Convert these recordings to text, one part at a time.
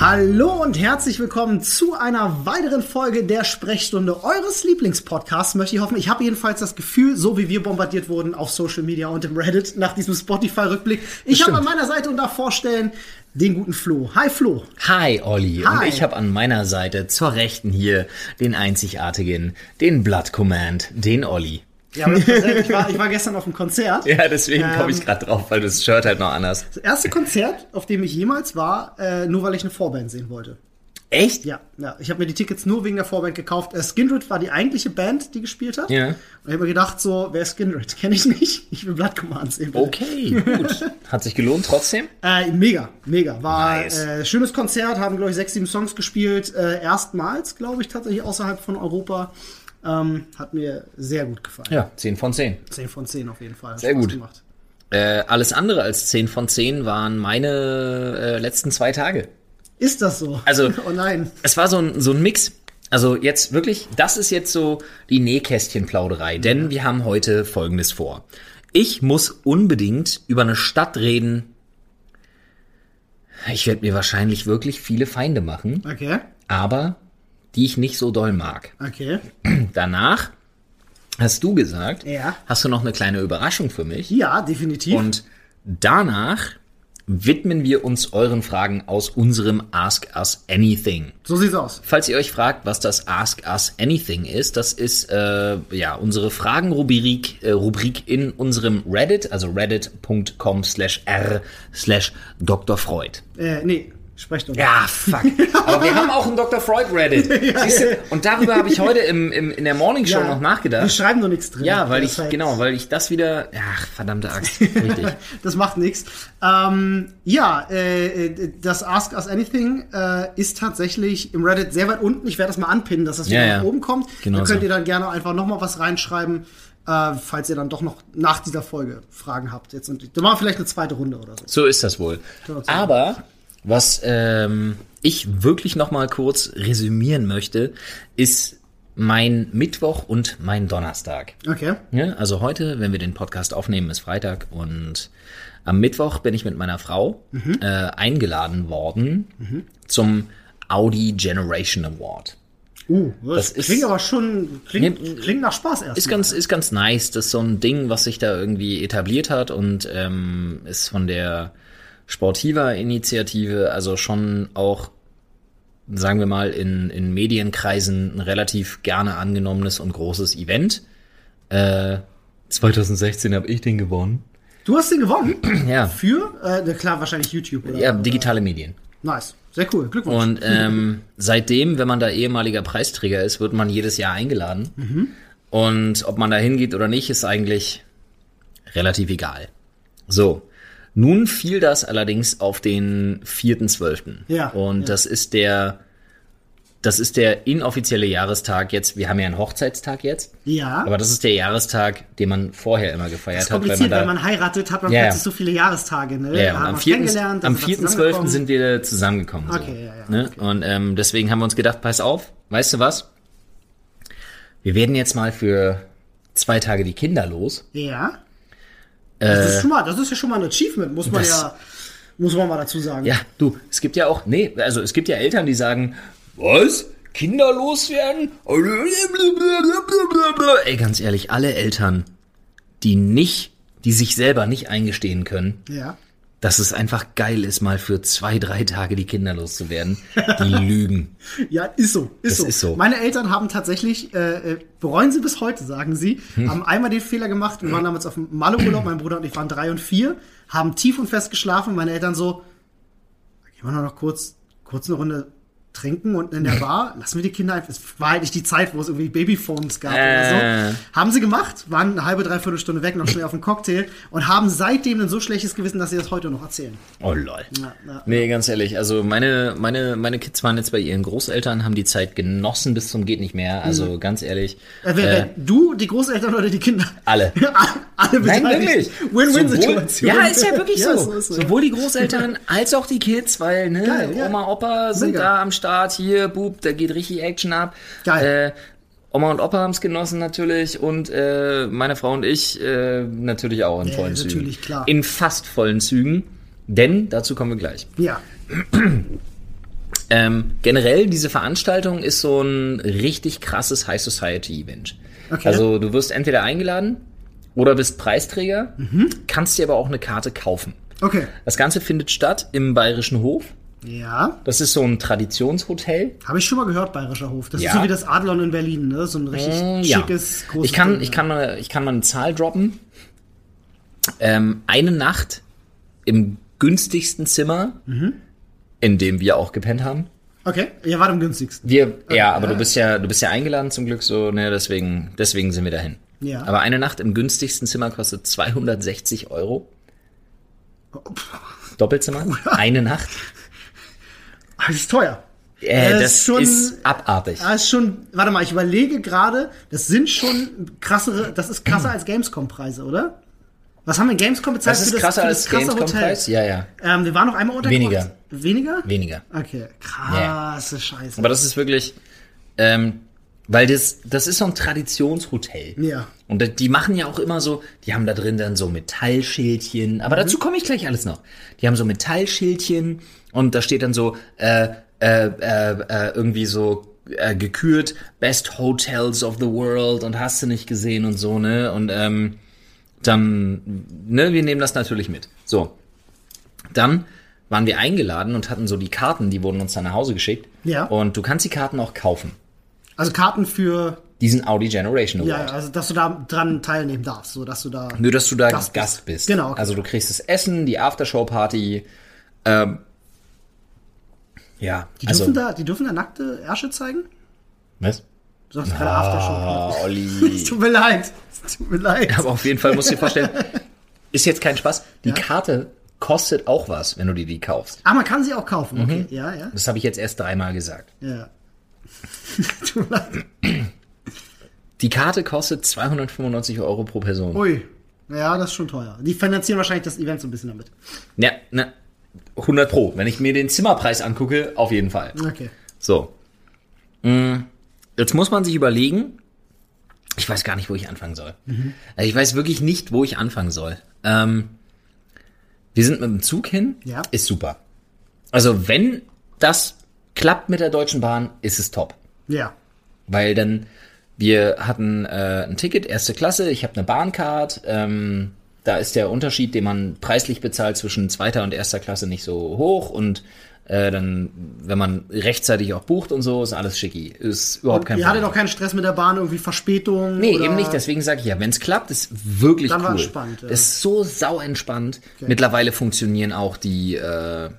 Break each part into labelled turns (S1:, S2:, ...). S1: Hallo und herzlich willkommen zu einer weiteren Folge der Sprechstunde eures Lieblingspodcasts, möchte ich hoffen. Ich habe jedenfalls das Gefühl, so wie wir bombardiert wurden auf Social Media und im Reddit nach diesem Spotify-Rückblick. Ich habe an meiner Seite und darf vorstellen den guten Flo. Hi Flo.
S2: Hi Olli.
S1: Hi.
S2: Und ich habe an meiner Seite zur Rechten hier den einzigartigen, den Blood Command, den Olli.
S1: Ja, aber präsent, ich, war, ich war gestern auf einem Konzert.
S2: Ja, deswegen komme ich
S1: Ähm.
S2: gerade drauf, weil das Shirt halt noch anders.
S1: Das erste Konzert, auf dem ich jemals war, äh, nur weil ich eine Vorband sehen wollte.
S2: Echt?
S1: Ja, ja. Ich habe mir die Tickets nur wegen der Vorband gekauft. Äh, Skindred war die eigentliche Band, die gespielt hat.
S2: Ja.
S1: Und ich habe mir gedacht, so, wer ist Skindred? Kenne ich nicht. Ich will Blood Command sehen. bitte.
S2: Okay, gut. Hat sich gelohnt trotzdem?
S1: Äh, mega, mega. War
S2: Nice.
S1: äh, schönes Konzert, haben, glaube ich, sechs, sieben Songs gespielt. Äh, erstmals, glaube ich, tatsächlich außerhalb von Europa. Ähm, hat mir sehr gut gefallen.
S2: Ja, 10 von 10.
S1: 10 von 10 auf jeden Fall. Hat
S2: Sehr
S1: Spaß
S2: gut.
S1: Gemacht.
S2: Äh, alles andere als 10 von 10 waren meine äh, letzten zwei Tage.
S1: Ist das so?
S2: Also-
S1: oh nein.
S2: es war so ein, so ein Mix. Also jetzt wirklich, das ist jetzt so die Nähkästchenplauderei, denn wir haben heute Folgendes vor. Ich muss unbedingt über eine Stadt reden. Ich werde mir wahrscheinlich wirklich viele Feinde machen,
S1: Okay,
S2: aber die ich nicht so doll mag.
S1: okay.
S2: Danach hast du gesagt,
S1: Ja.
S2: hast du noch eine kleine Überraschung für mich.
S1: Ja, definitiv.
S2: Und danach widmen wir uns euren Fragen aus unserem Ask Us Anything.
S1: so sieht's aus.
S2: Falls ihr euch fragt, was das Ask Us Anything ist, das ist äh, ja unsere Fragenrubrik äh, Rubrik in unserem Reddit, also reddit.com slash r slash Dr. Freud.
S1: Äh, nee, sprecht uns.
S2: Ja, fuck. Aber wir haben auch einen Dr. Freud Reddit. Siehst du? Und darüber habe ich heute im, im, in der Morning Show
S1: Wir
S2: noch nachgedacht.
S1: schreiben doch nichts drin.
S2: Ja, weil ich,
S1: Perfekt.
S2: genau, weil ich das wieder, ach, verdammte Axt, richtig.
S1: Das macht nichts. Ähm, ja, äh, das Ask Us Anything äh, ist tatsächlich im Reddit sehr weit unten. Ich werde das mal anpinnen, dass das wieder
S2: Ja,
S1: nach
S2: ja.
S1: oben kommt.
S2: Genau
S1: da könnt
S2: so.
S1: ihr dann gerne einfach nochmal was reinschreiben, äh, falls ihr dann doch noch nach dieser Folge Fragen habt. Jetzt und, dann machen wir vielleicht eine zweite Runde oder so.
S2: So ist das wohl. Aber was ähm, ich wirklich noch mal kurz resümieren möchte, ist mein Mittwoch und mein Donnerstag.
S1: Okay.
S2: Ja, also heute, wenn wir den Podcast aufnehmen, ist Freitag und am Mittwoch bin ich mit meiner Frau äh, eingeladen worden zum Audi Generation Award.
S1: Uh, das,
S2: Das ist-
S1: klingt aber schon, klingt, klingt nach Spaß erst.
S2: Ist ganz, ist ganz nice, dass so ein Ding, was sich da irgendwie etabliert hat und ähm, ist von der Sportiva-Initiative, also schon auch, sagen wir mal, in, in Medienkreisen ein relativ gerne angenommenes und großes Event. Äh, 2016 habe ich den gewonnen.
S1: du hast den gewonnen.
S2: Ja,
S1: Für, äh, na klar, wahrscheinlich YouTube. Oder?
S2: ja digitale Medien.
S1: Nice. Sehr cool. Glückwunsch.
S2: Und ähm, seitdem, wenn man da ehemaliger Preisträger ist, wird man jedes Jahr eingeladen.
S1: Mhm.
S2: Und ob man da hingeht oder nicht, ist eigentlich relativ egal. So. Nun fiel das allerdings auf den 4.12.
S1: Ja,
S2: Und
S1: ja.
S2: das ist der, das ist der inoffizielle Jahrestag jetzt. Wir haben ja einen Hochzeitstag jetzt.
S1: ja.
S2: Aber das ist der Jahrestag, den man vorher immer
S1: Ah.
S2: gefeiert
S1: ist
S2: hat, weil man
S1: kompliziert,
S2: da
S1: wenn man heiratet, hat man
S2: Ja, ja.
S1: plötzlich so viele Jahrestage. Ne? Da
S2: ja, und
S1: hat
S2: am
S1: man
S2: vierten-
S1: kennengelernt, dann
S2: am
S1: sind wir
S2: 4.12.
S1: zusammengekommen.
S2: sind wir zusammengekommen. So,
S1: Okay, ja, ja,
S2: ne?
S1: okay.
S2: Und ähm, deswegen haben wir uns gedacht, pass auf, weißt du was? Wir werden jetzt mal für zwei Tage die Kinder los.
S1: Ja. Das ist, schon mal, das ist ja schon mal ein Achievement, muss man
S2: Äh, Das-
S1: ja muss man mal dazu sagen.
S2: Ja, du, es gibt ja auch, nee, also es gibt ja Eltern, die sagen, was? Kinder loswerden? Ey, ganz ehrlich, alle Eltern, die nicht, die sich selber nicht eingestehen können,
S1: Ja.
S2: dass es einfach geil ist, mal für zwei, drei Tage die Kinder loszuwerden, die lügen.
S1: Ja, ist so. Ist,
S2: Das
S1: so.
S2: ist so.
S1: Meine Eltern haben tatsächlich, äh, äh, bereuen sie bis heute, sagen sie,
S2: Hm.
S1: haben einmal den Fehler gemacht. Wir waren damals auf dem Malle-Urlaub, mein Bruder und ich waren drei und vier, haben tief und fest geschlafen. Meine Eltern so, gehen wir noch kurz, kurz eine Runde trinken und in der Bar lassen wir die Kinder einfach. Es war halt nicht die Zeit, wo es irgendwie Babyphones gab oder
S2: Äh.
S1: so. Haben sie gemacht, waren eine halbe, dreiviertel Stunde weg, noch schnell auf einen Cocktail und haben seitdem ein so schlechtes Gewissen, dass sie das heute noch erzählen.
S2: Oh lol.
S1: Ja, ja.
S2: Nee, ganz ehrlich, also meine, meine, meine Kids waren jetzt bei ihren Großeltern, haben die Zeit genossen bis zum geht nicht mehr. Also ganz ehrlich,
S1: Äh, wer, wer, du, die Großeltern oder die Kinder?
S2: alle.
S1: Alle
S2: Nein,
S1: beteiligt.
S2: wirklich.
S1: Win-win-Situation.
S2: Sowohl- Ja, ist ja wirklich so.
S1: ist so.
S2: Sowohl die Großeltern als auch die Kids, weil ne,
S1: Geil, ja.
S2: Oma, Opa sind
S1: Mega.
S2: da am Start. Hier, Bub, da geht richtig Action ab.
S1: Geil.
S2: Äh, Oma und Opa haben es genossen natürlich und äh, meine Frau und ich äh, natürlich auch in vollen Zügen.
S1: natürlich, klar.
S2: In fast vollen Zügen, denn dazu kommen wir gleich.
S1: Ja,
S2: Ähm, generell, diese Veranstaltung ist so ein richtig krasses High Society Event.
S1: Okay.
S2: Also du wirst entweder eingeladen oder bist Preisträger,
S1: Mhm.
S2: kannst dir aber auch eine Karte kaufen.
S1: Okay.
S2: Das Ganze findet statt im Bayerischen Hof.
S1: Ja,
S2: Das ist so ein Traditionshotel.
S1: habe ich schon mal gehört, Bayerischer Hof. Das
S2: Ja.
S1: ist so wie das Adlon in Berlin, ne? So ein richtig
S2: Mm,
S1: schickes, großes
S2: ich kann,
S1: Ding,
S2: ich kann mal, ich kann mal eine Zahl droppen. Ähm, eine Nacht im günstigsten Zimmer,
S1: Mhm.
S2: in dem wir auch gepennt haben.
S1: Okay, ihr wart am günstigsten.
S2: Wir, ja, aber du bist ja, du bist ja eingeladen zum Glück so, ne, deswegen, deswegen sind wir dahin.
S1: Ja.
S2: Aber eine Nacht im günstigsten Zimmer kostet 260 Euro.
S1: Oh,
S2: Doppelzimmer? Eine Nacht?
S1: Aber das ist teuer.
S2: Äh,
S1: Das
S2: das
S1: ist schon- Ah,
S2: ist abartig.
S1: Das ist schon, warte mal, ich überlege gerade, das sind schon krassere, das ist krasser als Gamescom-Preise, oder? Was haben wir in Gamescom bezahlt
S2: Das
S1: für
S2: ist krasser
S1: für
S2: als
S1: krasse
S2: Gamescom-Preis?
S1: Hotel?
S2: Ja, ja.
S1: Ähm, wir waren noch einmal unter
S2: Weniger.
S1: Weniger?
S2: Weniger.
S1: Okay, krasse Scheiße.
S2: Aber das ist wirklich, ähm, weil das, das ist so ein Traditionshotel.
S1: Ja.
S2: Und da- die machen ja auch immer so, die haben da drin dann so Metallschildchen. Aber dazu komme ich gleich alles noch. Die haben so Metallschildchen und da steht dann so äh, äh, äh, äh, irgendwie so äh, gekürt Best Hotels of the World und hast du nicht gesehen und so ne und ähm, dann ne wir nehmen das natürlich mit. So dann waren wir eingeladen und hatten so die Karten, die wurden uns dann nach Hause geschickt.
S1: Ja.
S2: Und du kannst die Karten auch kaufen.
S1: also Karten für,
S2: Diesen Audi Generation Award.
S1: ja, also dass du da dran teilnehmen darfst, so dass du da.
S2: Nur, dass du da
S1: Gast
S2: Gast,
S1: bist.
S2: bist.
S1: Genau, okay.
S2: Also du kriegst das Essen, die Aftershow-Party. Ähm, ja,
S1: Die
S2: also.
S1: dürfen da, die dürfen da nackte Ärsche zeigen?
S2: was?
S1: Du hast gerade Aftershow.
S2: Ah,
S1: Es
S2: Olli.
S1: tut mir leid. Es tut mir leid.
S2: Aber auf jeden Fall musst du dir vorstellen, ist jetzt kein Spaß. Die
S1: Ja.
S2: Karte kostet auch was, wenn du dir die kaufst.
S1: Ah, man kann sie auch kaufen, okay.
S2: Mhm.
S1: Ja, ja.
S2: Das habe ich jetzt erst dreimal gesagt.
S1: ja. tut mir leid.
S2: Die Karte kostet 295 Euro pro Person.
S1: Ui. Ja, das ist schon teuer. Die finanzieren wahrscheinlich das Event so ein bisschen damit.
S2: Ja, ne, 100 pro. Wenn ich mir den Zimmerpreis angucke, auf jeden Fall.
S1: Okay.
S2: So. Mm, Jetzt muss man sich überlegen. Ich weiß gar nicht, wo ich anfangen soll. Also ich weiß wirklich nicht, wo ich anfangen soll. Ähm, wir sind mit dem Zug hin.
S1: Ja.
S2: Ist super. Also wenn das klappt mit der Deutschen Bahn, ist es top.
S1: Ja.
S2: Weil dann, wir hatten äh, ein Ticket, erste Klasse, ich habe eine Bahncard, ähm, da ist der Unterschied, den man preislich bezahlt zwischen zweiter und erster Klasse nicht so hoch und äh, dann, wenn man rechtzeitig auch bucht und so, ist alles schicki. Ist überhaupt kein
S1: Ihr hattet
S2: Problem.
S1: auch keinen Stress mit der Bahn, irgendwie Verspätung.
S2: Nee,
S1: oder-
S2: eben nicht, deswegen sage ich ja, wenn es klappt, ist wirklich
S1: Dann
S2: cool.
S1: war entspannt, ja.
S2: Das ist so sau entspannt. Mittlerweile funktionieren auch die, äh,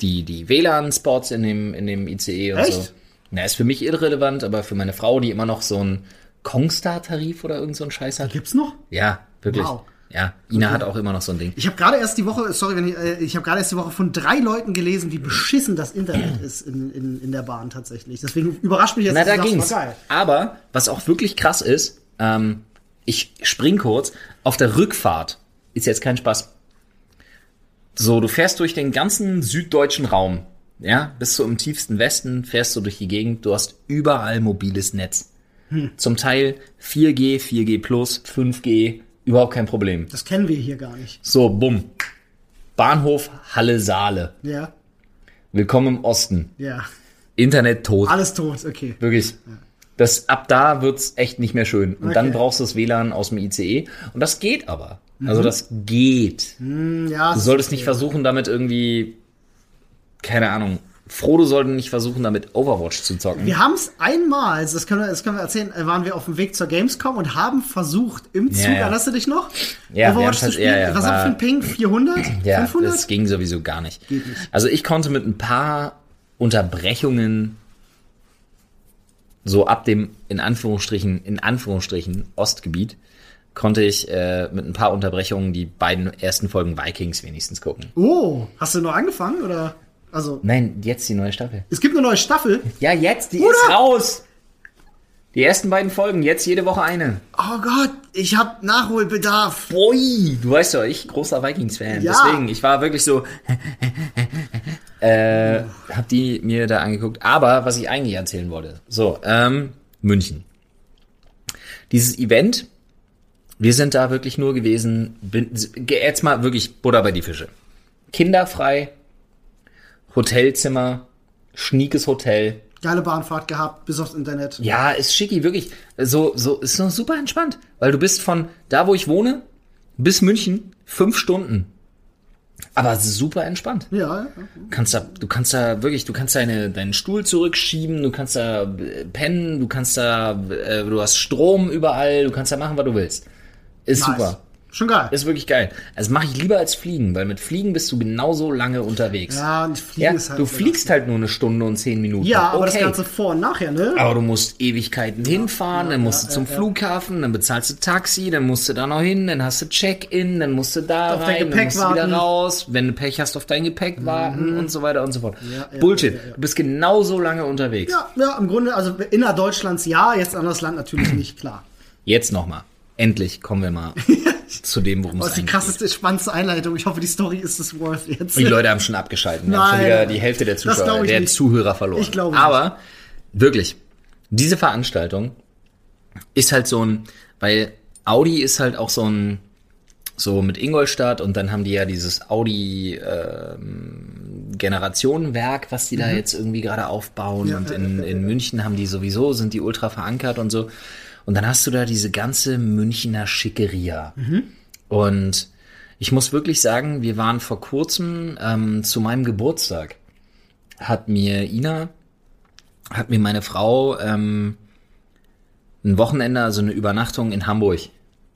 S2: die, die WLAN-Spots in dem, in dem ICE und
S1: Echt?
S2: so. Na, ist für mich irrelevant, aber für meine Frau, die immer noch so einen Kongstar-Tarif oder irgend so einen Scheiß hat.
S1: Gibt's noch?
S2: Ja, wirklich.
S1: Wow.
S2: Ja, Ina hat auch immer noch so ein Ding.
S1: Ich habe gerade erst die Woche, sorry, wenn ich, äh, ich habe gerade erst die Woche von drei Leuten gelesen, wie beschissen das Internet ist in, in, in der Bahn tatsächlich. Deswegen überrascht mich jetzt.
S2: Na,
S1: dass
S2: da
S1: du sagst,
S2: ging's.
S1: war geil.
S2: Aber was auch wirklich krass ist, ähm, ich spring kurz, auf der Rückfahrt ist jetzt kein Spaß. So, du fährst durch den ganzen süddeutschen Raum, ja, bis so im tiefsten Westen, fährst du durch die Gegend, du hast überall mobiles Netz. Zum Teil 4G, 4G Plus, 5G, überhaupt kein Problem.
S1: Das kennen wir hier gar nicht.
S2: So, bumm. Bahnhof Halle Saale.
S1: Ja,
S2: Willkommen im Osten.
S1: ja.
S2: Internet tot.
S1: Alles tot, okay.
S2: Wirklich. Das, ab da wird's echt nicht mehr schön. Und dann
S1: Okay.
S2: brauchst du das WLAN aus dem ICE. Und das geht aber. Also das geht. Du
S1: Hm, Ja, es-
S2: solltest nicht versuchen, damit irgendwie, keine Ahnung, Frodo sollte nicht versuchen, damit Overwatch zu zocken.
S1: Wir haben es einmal, das können, wir, das können wir erzählen, äh, waren wir auf dem Weg zur Gamescom und haben versucht, im Zug,
S2: Ja, ja.
S1: erinnerst du dich noch?
S2: Ja, wir
S1: Overwatch
S2: haben's
S1: zu
S2: halt-
S1: spielen.
S2: ja, ja,
S1: Was haben wir
S2: war-
S1: für einen Ping? 400?
S2: Ja,
S1: 500?
S2: das ging sowieso gar nicht. Also ich konnte mit ein paar Unterbrechungen so ab dem, in Anführungsstrichen, in Anführungsstrichen Ostgebiet, konnte ich äh, mit ein paar Unterbrechungen die beiden ersten Folgen Vikings wenigstens gucken.
S1: oh, hast du noch angefangen? Oder? Also,
S2: Nein, jetzt die neue Staffel.
S1: es gibt eine neue Staffel.
S2: Ja, jetzt, die
S1: ist
S2: ist raus. Die ersten beiden Folgen, jetzt jede Woche eine.
S1: Oh Gott, ich habe Nachholbedarf.
S2: Boi, du weißt doch, ich großer Vikings-Fan.
S1: Ja.
S2: Deswegen, ich war wirklich so. äh, hab die mir da angeguckt. Aber was ich eigentlich erzählen wollte. So, ähm, München. Dieses Event, wir sind da wirklich nur gewesen. Bin, jetzt mal wirklich Buddha bei die Fische. Kinderfrei, Hotelzimmer, schniekes Hotel.
S1: Geile Bahnfahrt gehabt, bis aufs Internet.
S2: Ja, ist schicki, wirklich. So, so, ist noch super entspannt. Weil du bist von da, wo ich wohne, bis München fünf Stunden. Aber super entspannt.
S1: Ja, ja.
S2: kannst da, du kannst da wirklich, du kannst deine, deinen Stuhl zurückschieben, du kannst da äh, pennen, du kannst da, äh, du hast Strom überall, du kannst da machen, was du willst. Ist
S1: nice.
S2: super.
S1: Schon geil.
S2: Ist wirklich geil. Das mache ich lieber als Fliegen, weil mit Fliegen bist du genauso lange unterwegs.
S1: ja, und Fliegen
S2: Ja,
S1: ist halt.
S2: du fliegst halt nur eine Stunde und zehn Minuten.
S1: Ja, aber
S2: okay.
S1: das Ganze vor und nachher, ne?
S2: aber du musst Ewigkeiten hinfahren, dann musst du zum Flughafen, dann bezahlst du Taxi, dann musst du da noch hin, dann hast du Check-in, dann musst du da
S1: Auf dein
S2: rein, dann
S1: Gepäck
S2: musst du
S1: warten. Mhm.
S2: wieder raus, wenn du Pech hast, auf dein Gepäck warten und so weiter und so fort.
S1: ja,
S2: Bullshit.
S1: ja,
S2: Du bist genauso lange unterwegs.
S1: Ja, ja, im Grunde, also innerdeutschlands ja, jetzt anderes Land natürlich nicht, klar.
S2: Jetzt nochmal. Endlich kommen wir mal zu dem, worum
S1: Das Oh,
S2: es
S1: ist die
S2: eigentlich geht.
S1: krasseste, spannendste Einleitung. Ich hoffe, die Story ist es worth jetzt.
S2: Die Leute haben schon abgeschaltet. Wir haben
S1: Nein.
S2: schon wieder die Hälfte der,
S1: Das
S2: Zuschauer,
S1: glaub ich
S2: der
S1: nicht.
S2: Zuhörer verloren.
S1: Ich glaube nicht.
S2: Aber wirklich, diese Veranstaltung ist halt so ein, weil Audi ist halt auch so ein, so mit Ingolstadt und dann haben die ja dieses Audi ähm, Generationenwerk, was die da jetzt irgendwie gerade aufbauen
S1: Mhm. Ja,
S2: und
S1: ja,
S2: in,
S1: ja,
S2: in München haben die sowieso, sind die ultra verankert und so. Und dann hast du da diese ganze Münchner Schickeria. Und ich muss wirklich sagen, wir waren vor kurzem ähm, zu meinem Geburtstag. Hat mir Ina, hat mir meine Frau ähm, ein Wochenende, also eine Übernachtung in Hamburg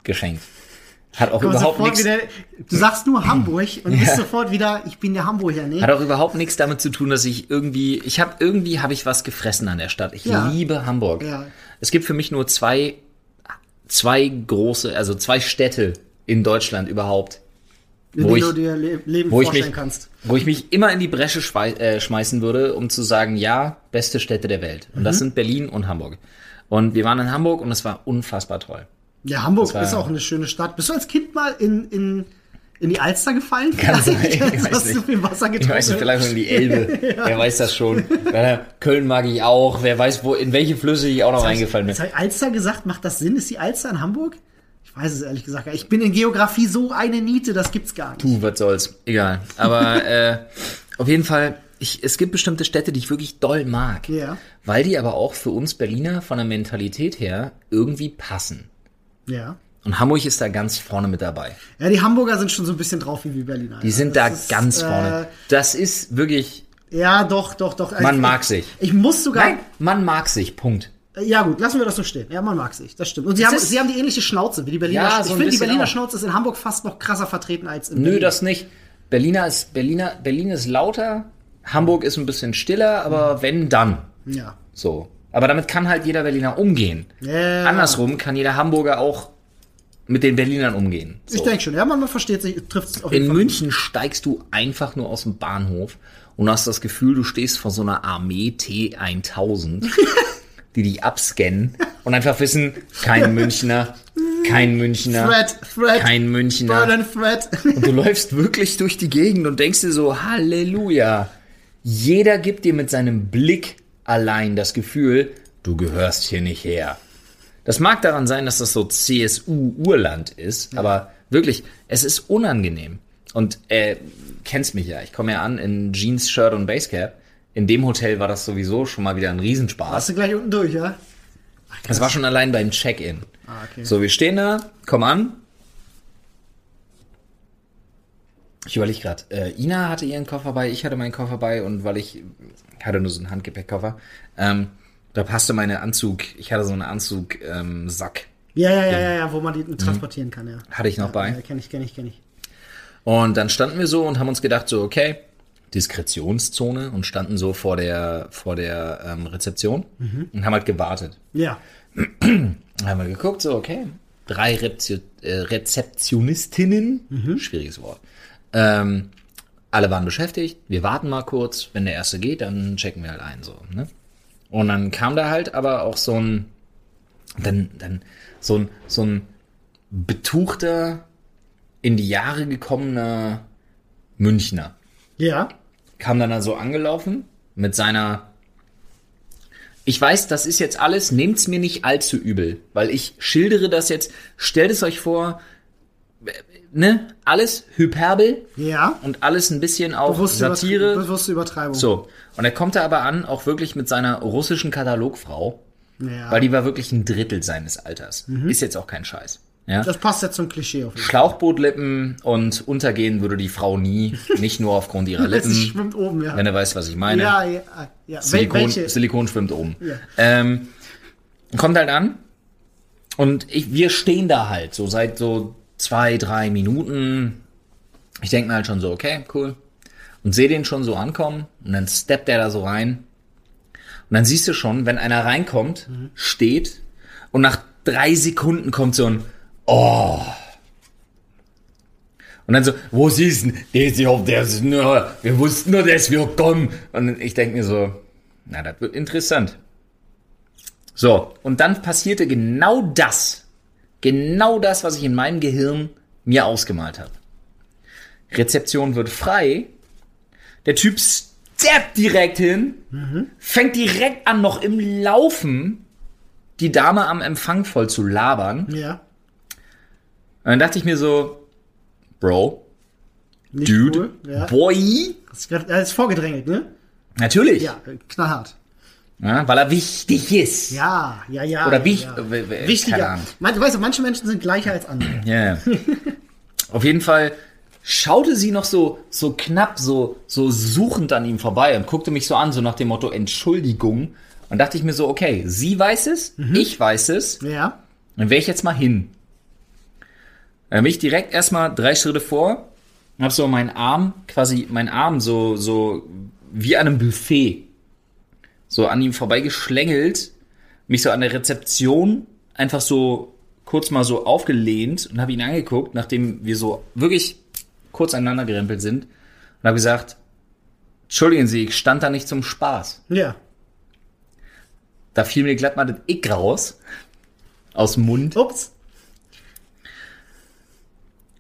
S2: geschenkt. Hat auch
S1: Komm
S2: überhaupt
S1: sofort
S2: nichts.
S1: wieder, du sagst nur Hamburg und bist sofort wieder, ich bin der Hamburger, ne?
S2: Hat auch überhaupt nichts damit zu tun, dass ich irgendwie, ich habe irgendwie habe ich was gefressen an der Stadt. Ich
S1: Ja.
S2: liebe Hamburg.
S1: Ja.
S2: Es gibt für mich nur zwei, zwei große, also zwei Städte in Deutschland überhaupt,
S1: Wo
S2: wo
S1: du
S2: ich-
S1: dir Le Leben
S2: wo ich
S1: vorstellen
S2: mich,
S1: kannst.
S2: wo ich mich immer in die Bresche schwei- äh, schmeißen würde, um zu sagen, ja, beste Städte der Welt. Und
S1: Mhm.
S2: das sind Berlin und Hamburg. Und wir waren in Hamburg und es war unfassbar toll.
S1: Ja, Hamburg
S2: war-
S1: ist auch eine schöne Stadt. Bist du als Kind mal in, in, in die Alster gefallen?
S2: Kann sein, ich weiß
S1: Hast du
S2: nicht.
S1: viel Wasser
S2: Ich weiß nicht,
S1: getrunken?
S2: vielleicht schon die Elbe. Wer weiß das schon. Weil, äh, Köln mag ich auch. Wer weiß, wo, in welche Flüsse ich auch noch reingefallen bin.
S1: Jetzt habe ich Alster gesagt, macht das Sinn? Ist die Alster in Hamburg? Ich weiß es ehrlich gesagt gar nicht. Ich bin in Geografie so eine Niete, das gibt's gar nicht.
S2: Puh, was soll's. Egal. Aber äh, auf jeden Fall, ich, es gibt bestimmte Städte, die ich wirklich doll mag.
S1: Ja.
S2: Weil die aber auch für uns Berliner von der Mentalität her irgendwie passen.
S1: Ja.
S2: Und Hamburg ist da ganz vorne mit dabei.
S1: Ja, die Hamburger sind schon so ein bisschen drauf wie wir Berliner. Also
S2: Die sind da ganz vorne. Das ist wirklich,
S1: äh, Ja, doch, doch, doch. Also
S2: man
S1: ich-
S2: mag sich.
S1: Ich muss sogar.
S2: Nein, man mag sich, Punkt.
S1: Ja, gut, lassen wir das so stehen. Ja, man mag sich, das stimmt. Und sie,
S2: Es
S1: haben,
S2: ist-
S1: sie haben die ähnliche Schnauze wie die Berliner
S2: Ja,
S1: Schnauze.
S2: so
S1: ich
S2: ein
S1: finde, die
S2: bisschen
S1: Berliner
S2: auch.
S1: Schnauze ist in Hamburg fast noch krasser vertreten als in
S2: Nö,
S1: Berlin.
S2: das nicht. Berliner ist, Berliner, Berlin ist lauter, Hamburg ist ein bisschen stiller,
S1: Mhm.
S2: aber wenn, dann.
S1: Ja.
S2: So. Aber damit kann halt jeder Berliner umgehen.
S1: Ja.
S2: Andersrum kann jeder Hamburger auch mit den Berlinern umgehen. So.
S1: Ich denke schon, ja, man, man versteht sich, trifft es auf jeden
S2: In
S1: Fall.
S2: München steigst du einfach nur aus dem Bahnhof und hast das Gefühl, du stehst vor so einer Armee T1000, die dich abscannen und einfach wissen, kein Münchner, kein Münchner,
S1: Thread, Thread,
S2: kein Münchner.
S1: Berlin Fred.
S2: Und du läufst wirklich durch die Gegend und denkst dir so, Halleluja. Jeder gibt dir mit seinem Blick allein das Gefühl, du gehörst hier nicht her. Das mag daran sein, dass das so CSU-Urland ist, aber wirklich, es ist unangenehm. Und äh, kennst mich ja, ich komme ja an in Jeans, Shirt und Basecap. In dem Hotel war das sowieso schon mal wieder ein Riesenspaß.
S1: Hast du gleich unten durch, ja?
S2: Das war schon allein beim Check-in.
S1: Ah, okay.
S2: So, wir stehen da, komm an. Ich überlege gerade, äh, Ina hatte ihren Koffer bei, ich hatte meinen Koffer bei und weil ich hatte nur so einen Handgepäckkoffer, ähm, da passte meine Anzug, ich hatte so einen Anzug-Sack. ähm,
S1: Ja, ja, ja, ja, ja, wo man die transportieren kann, ja.
S2: Hatte ich Mhm. noch bei.
S1: Ja, kenn ich, kenn ich, kenn ich.
S2: Und dann standen wir so und haben uns gedacht, so, okay, Diskretionszone und standen so vor der, vor der ähm, Rezeption und haben halt gewartet.
S1: Ja.
S2: Dann haben wir geguckt, so, okay. Drei Rezio äh, Rezeptionistinnen, schwieriges Wort. Ähm, alle waren beschäftigt, wir warten mal kurz, wenn der erste geht, dann checken wir halt ein, so, ne? Und dann kam da halt aber auch so ein, dann, dann, so ein, so ein betuchter, in die Jahre gekommener Münchner
S1: Ja.
S2: kam dann also angelaufen mit seiner ich weiß, das ist jetzt alles, nehmt's mir nicht allzu übel, weil ich schildere das jetzt, stellt es euch vor, ne, alles Hyperbel
S1: Ja.
S2: und alles ein bisschen auch
S1: Bewusste, Übertrie-
S2: Satire.
S1: bewusste Übertreibung.
S2: So. Und er kommt da aber an, auch wirklich mit seiner russischen Katalogfrau,
S1: Ja.
S2: weil die war wirklich ein Drittel seines Alters. Ist jetzt auch kein Scheiß. Ja?
S1: Mhm. das passt ja zum Klischee auf jeden Fall.
S2: Schlauchbootlippen und untergehen würde die Frau nie, nicht nur aufgrund ihrer
S1: Es
S2: Lippen,
S1: schwimmt oben, ja.
S2: wenn ihr weißt, was ich meine.
S1: Ja, ja, ja. Wel
S2: Silikon,
S1: welche?
S2: Silikon schwimmt oben.
S1: Ja.
S2: Ähm, kommt halt an und ich, wir stehen da halt so seit so zwei, drei Minuten. Ich denke mir halt schon so, okay, cool. Und sehe den schon so ankommen und dann steppt der da so rein. Und dann siehst du schon, wenn einer reinkommt,
S1: Mhm.
S2: steht und nach drei Sekunden kommt so ein Oh. Und dann so, wo siehst du? Der ist ja, der ist nur, wir wussten nur, dass wir kommen. Und ich denke mir so, na, das wird interessant. So, und dann passierte genau das. Genau das, was ich in meinem Gehirn mir ausgemalt habe. Rezeption wird frei. Der Typ steppt direkt hin, fängt direkt an, noch im Laufen die Dame am Empfang voll zu labern.
S1: Ja.
S2: Und dann dachte ich mir so, Bro,
S1: Nicht
S2: Dude,
S1: cool. Ja.
S2: Boy.
S1: Das ist grad- das ist vorgedrängelt, ne?
S2: Natürlich,
S1: Ja, knallhart.
S2: Ja, weil er wichtig ist.
S1: Ja, ja, ja.
S2: Oder
S1: ja,
S2: wich-
S1: ja.
S2: äh, w- w- keine
S1: wichtiger.
S2: Ahnung.
S1: Man, weißt du, manche Menschen sind gleicher als andere.
S2: Ja. Auf jeden Fall schaute sie noch so, so knapp, so, so suchend an ihm vorbei und guckte mich so an, so nach dem Motto Entschuldigung. Und dachte ich mir so, okay, sie weiß es, ich weiß es,
S1: Ja.
S2: dann wäre ich jetzt mal hin. Dann bin ich direkt erstmal drei Schritte vor, hab so meinen Arm, quasi meinen Arm so, so wie an einem Buffet, so an ihm vorbeigeschlängelt, mich so an der Rezeption einfach so kurz mal so aufgelehnt und habe ihn angeguckt, nachdem wir so wirklich kurz aneinander gerempelt sind und habe gesagt, Entschuldigen Sie, ich stand da nicht zum Spaß.
S1: Ja.
S2: Da fiel mir glatt mal das Ick raus. Aus dem Mund.
S1: Ups.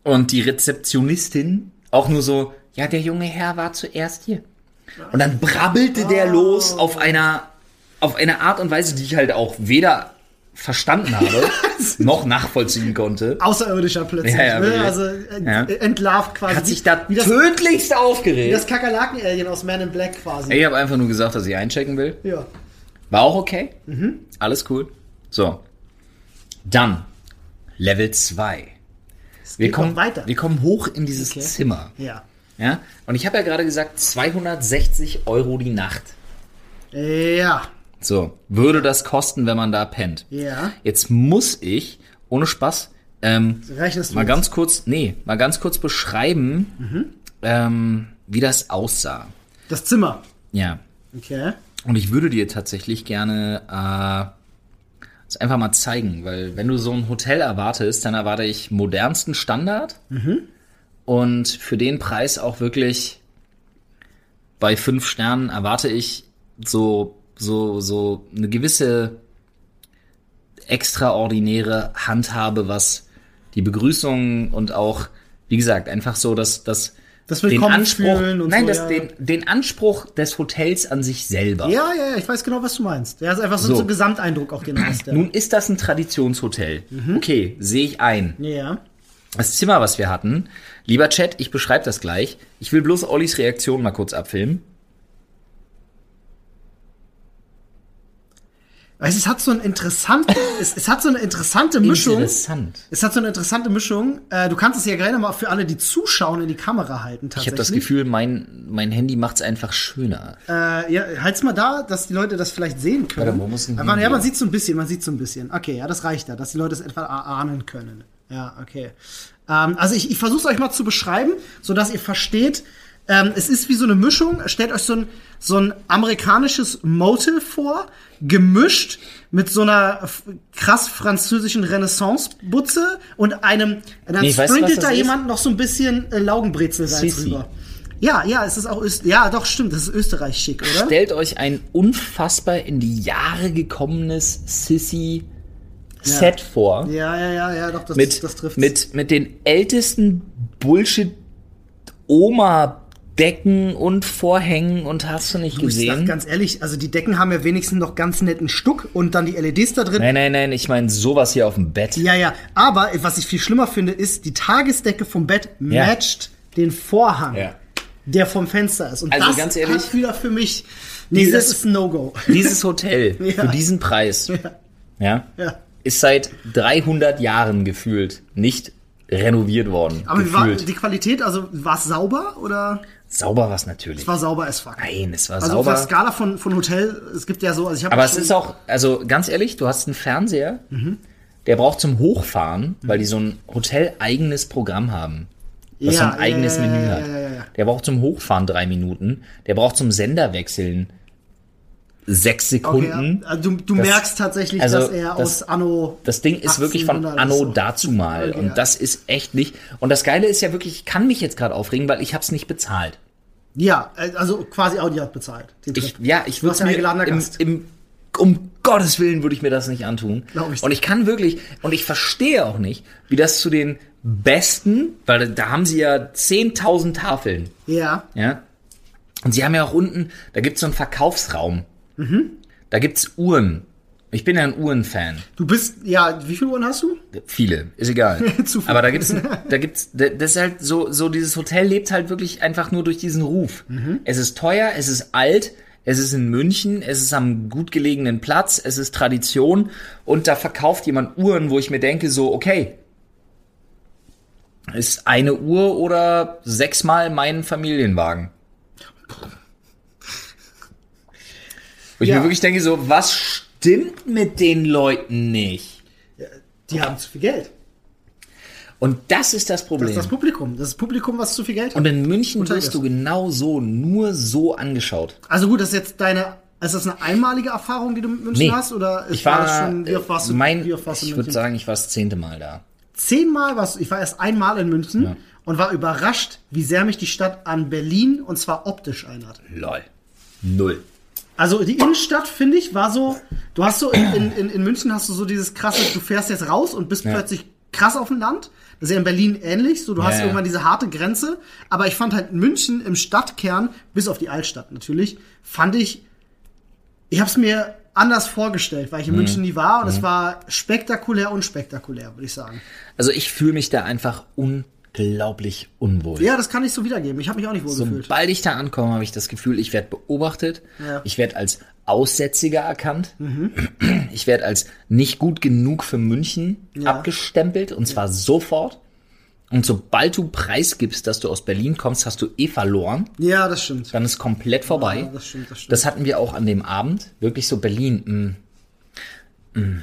S2: Und die Rezeptionistin auch nur so, ja, der junge Herr war zuerst hier. Und dann brabbelte der los auf einer, auf eine Art und Weise, die ich halt auch weder verstanden habe, noch nachvollziehen konnte.
S1: Außerirdischer plötzlich.
S2: Ja, ja,
S1: ne?
S2: wirklich.
S1: Also ent
S2: Ja.
S1: entlarvt quasi.
S2: Hat sich
S1: Wie-
S2: da
S1: wie das,
S2: tödlichst
S1: wie das
S2: aufgeregt.
S1: Kakerlaken-Alien aus Man in Black quasi.
S2: Ich habe einfach nur gesagt, dass ich einchecken will.
S1: Ja.
S2: War auch okay. Alles cool. So. Dann Level 2. Wir
S1: geht
S2: kommen
S1: noch weiter.
S2: Wir kommen hoch in dieses
S1: Okay.
S2: Zimmer.
S1: Ja.
S2: Ja? Und ich habe ja gerade gesagt, 260 Euro die Nacht.
S1: Ja.
S2: So, würde das kosten, wenn man da pennt?
S1: Ja.
S2: Jetzt muss ich, ohne Spaß, ähm,
S1: Rechnest du
S2: mal
S1: mit.
S2: ganz kurz, nee, mal ganz kurz beschreiben, ähm, wie das aussah.
S1: Das Zimmer.
S2: Ja.
S1: Okay.
S2: Und ich würde dir tatsächlich gerne äh, das einfach mal zeigen, weil wenn du so ein Hotel erwartest, dann erwarte ich modernsten Standard und für den Preis auch wirklich bei fünf Sternen erwarte ich so so so eine gewisse extraordinäre Handhabe, was die Begrüßung und auch wie gesagt einfach so, dass dass
S1: Das
S2: den
S1: Willkommen
S2: Anspruch,
S1: fühlen und
S2: nein,
S1: so,
S2: das,
S1: ja.
S2: den, den Anspruch des Hotels an sich selber.
S1: Ja, ja, ja, ich weiß genau, was du meinst. Ja, ist einfach so,
S2: So.
S1: so ein Gesamteindruck, auch den du hast. Ja.
S2: Nun ist das ein Traditionshotel.
S1: Mhm.
S2: Okay, sehe ich ein.
S1: ja.
S2: Das Zimmer, was wir hatten, lieber Chat, ich beschreibe das gleich. Ich will bloß Ollis Reaktion mal kurz abfilmen.
S1: Weißt, du, es hat so eine interessante, es, es hat so eine interessante Mischung.
S2: Interessant.
S1: Es hat so eine interessante Mischung. Äh, du kannst es ja gerne mal für alle, die zuschauen, in die Kamera halten.
S2: Ich
S1: Tatsächlich.
S2: habe das Gefühl, mein, mein Handy macht's einfach schöner.
S1: Äh, ja, halt's mal da, dass die Leute das vielleicht sehen können.
S2: Warte, wo muss denn
S1: Aber, ja,
S2: hingehen?
S1: man sieht so ein bisschen, man sieht so ein bisschen. Okay, ja, das reicht da, dass die Leute es etwa a- ahnen können. Ja, okay. Ähm, also ich, ich versuche es euch mal zu beschreiben, sodass ihr versteht, ähm, es ist wie so eine Mischung. Stellt euch so ein, so ein amerikanisches Motel vor, gemischt mit so einer f- krass französischen Renaissance-Butze und einem, dann
S2: Nee, weißt du, was
S1: sprinkelt
S2: das
S1: da
S2: ist?
S1: jemand noch so ein bisschen äh, Laugenbrezelsalz
S2: Sissi.
S1: rüber. Ja, ja, es ist auch Öst ja, doch stimmt, das ist Österreich schick, oder?
S2: Stellt euch ein unfassbar in die Jahre gekommenes Sissy-Set vor.
S1: ja, ja, ja, ja, doch das
S2: mit,
S1: das trifft.
S2: mit, mit den ältesten Bullshit Oma Decken und Vorhängen und hast du nicht
S1: Du, ich sag
S2: gesehen?
S1: ganz ehrlich, also die Decken haben ja wenigstens noch ganz netten Stuck und dann die LEDs da drin.
S2: Nein, nein, nein, ich meine sowas hier auf dem Bett.
S1: Ja, ja. Aber äh, was ich viel schlimmer finde, ist, die Tagesdecke vom Bett
S2: Ja.
S1: matcht den Vorhang,
S2: Ja.
S1: der vom Fenster ist. Und
S2: Also
S1: das
S2: ganz ehrlich,
S1: hat wieder für mich. Nee,
S2: dieses-
S1: das ist ein No-Go.
S2: Dieses Hotel
S1: Ja.
S2: für diesen Preis ja,
S1: Ja.
S2: ist seit 300 Jahren gefühlt nicht renoviert worden.
S1: Aber wie war
S2: gefühlt.
S1: die Qualität, also war es sauber oder
S2: sauber war's natürlich.
S1: war sauber as fuck?
S2: Nein, es war
S1: Also auf der
S2: sauber.
S1: Skala von, von Hotel, es gibt ja so, also ich habe
S2: Aber es ist auch, also ganz ehrlich, du hast einen Fernseher,
S1: Mhm.
S2: der braucht zum Hochfahren, weil die so ein hotel-eigenes Programm haben. Was
S1: Ja,
S2: so ein
S1: ja,
S2: eigenes
S1: ja, ja,
S2: Menü halt.
S1: ja,
S2: hat.
S1: ja, ja, ja.
S2: Der braucht zum Hochfahren drei Minuten. Der braucht zum Sender wechseln sechs
S1: okay,
S2: Sekunden.
S1: ja. also du, du
S2: Das-
S1: merkst tatsächlich,
S2: also
S1: dass er aus
S2: das-
S1: Anno
S2: Das Ding ist wirklich von
S1: 1800
S2: Anno
S1: ist so.
S2: dazu mal.
S1: Okay,
S2: und
S1: ja.
S2: das ist echt nicht. Und das Geile ist ja wirklich, ich kann mich jetzt gerade aufregen, weil ich hab's nicht bezahlt.
S1: Ja, äh, also quasi Audi hat bezahlt. den
S2: Ich,
S1: Trip.
S2: ja, ich
S1: Du
S2: würde
S1: warst ja eingeladener
S2: mir im,
S1: Gast.
S2: im, um Gottes Willen würde ich mir das nicht antun.
S1: Glaub ich.
S2: und ich kann wirklich, und ich verstehe auch nicht, wie das zu den besten, weil da haben sie ja 10.000 Tafeln,
S1: Ja.
S2: ja. Und sie haben ja auch unten, da gibt's so einen Verkaufsraum.
S1: Mhm.
S2: Da gibt's Uhren. Ich bin ja ein Uhrenfan.
S1: Du bist, ja, wie viele Uhren hast du?
S2: Viele, ist egal.
S1: Zu viel.
S2: Aber da gibt's, da gibt's, da- das ist halt so, so dieses Hotel lebt halt wirklich einfach nur durch diesen Ruf.
S1: Mhm.
S2: Es ist teuer, es ist alt, es ist in München, es ist am gut gelegenen Platz, es ist Tradition und da verkauft jemand Uhren, wo ich mir denke so, okay, ist eine Uhr oder sechsmal mein Familienwagen. Wo ich
S1: Ja.
S2: mir wirklich denke so, was stimmt mit den Leuten nicht?
S1: Die haben zu viel Geld.
S2: Und das ist das
S1: Das
S2: Problem.
S1: ist das Publikum. Das ist das Publikum, was zu viel Geld hat.
S2: und in München
S1: Unterricht.
S2: wirst du genau so, nur so angeschaut.
S1: also gut, das ist jetzt deine, ist das eine einmalige Erfahrung, die du mit München
S2: Nee.
S1: hast? Oder
S2: Ich war,
S1: das schon, wie oft warst du,
S2: mein,
S1: wie oft warst du in
S2: ich würde
S1: München?
S2: sagen, ich war das zehnte Mal da.
S1: Zehnmal warst du, ich war erst einmal in München und war überrascht, wie sehr mich die Stadt an Berlin und zwar optisch erinnert.
S2: Lol. Null.
S1: Also die Innenstadt, finde ich, war so, du hast so in, in, in, in München hast du so dieses krasse, du fährst jetzt raus und bist plötzlich krass auf dem Land. Das ist ja in Berlin ähnlich, so du hast
S2: ja.
S1: irgendwann diese harte Grenze. Aber ich fand halt München im Stadtkern, bis auf die Altstadt natürlich, fand ich, ich habe es mir anders vorgestellt, weil ich in
S2: Mhm.
S1: München nie war und es war spektakulär unspektakulär, würde ich sagen.
S2: Also ich fühle mich da einfach unglaublich unwohl.
S1: Ja, das kann ich so wiedergeben. Ich habe mich auch nicht wohl gefühlt.
S2: Sobald ich da ankomme, habe ich das Gefühl, ich werde beobachtet.
S1: Ja. Mhm.
S2: Ich werde als Aussätziger erkannt. Ich werde als nicht gut genug für München abgestempelt und zwar sofort. Und sobald du preisgibst, dass du aus Berlin kommst, hast du eh verloren.
S1: Ja, das stimmt.
S2: Dann ist komplett vorbei.
S1: Ja, das stimmt, das stimmt.
S2: Das hatten wir auch an dem Abend. Wirklich so Berlin. Mh, mh.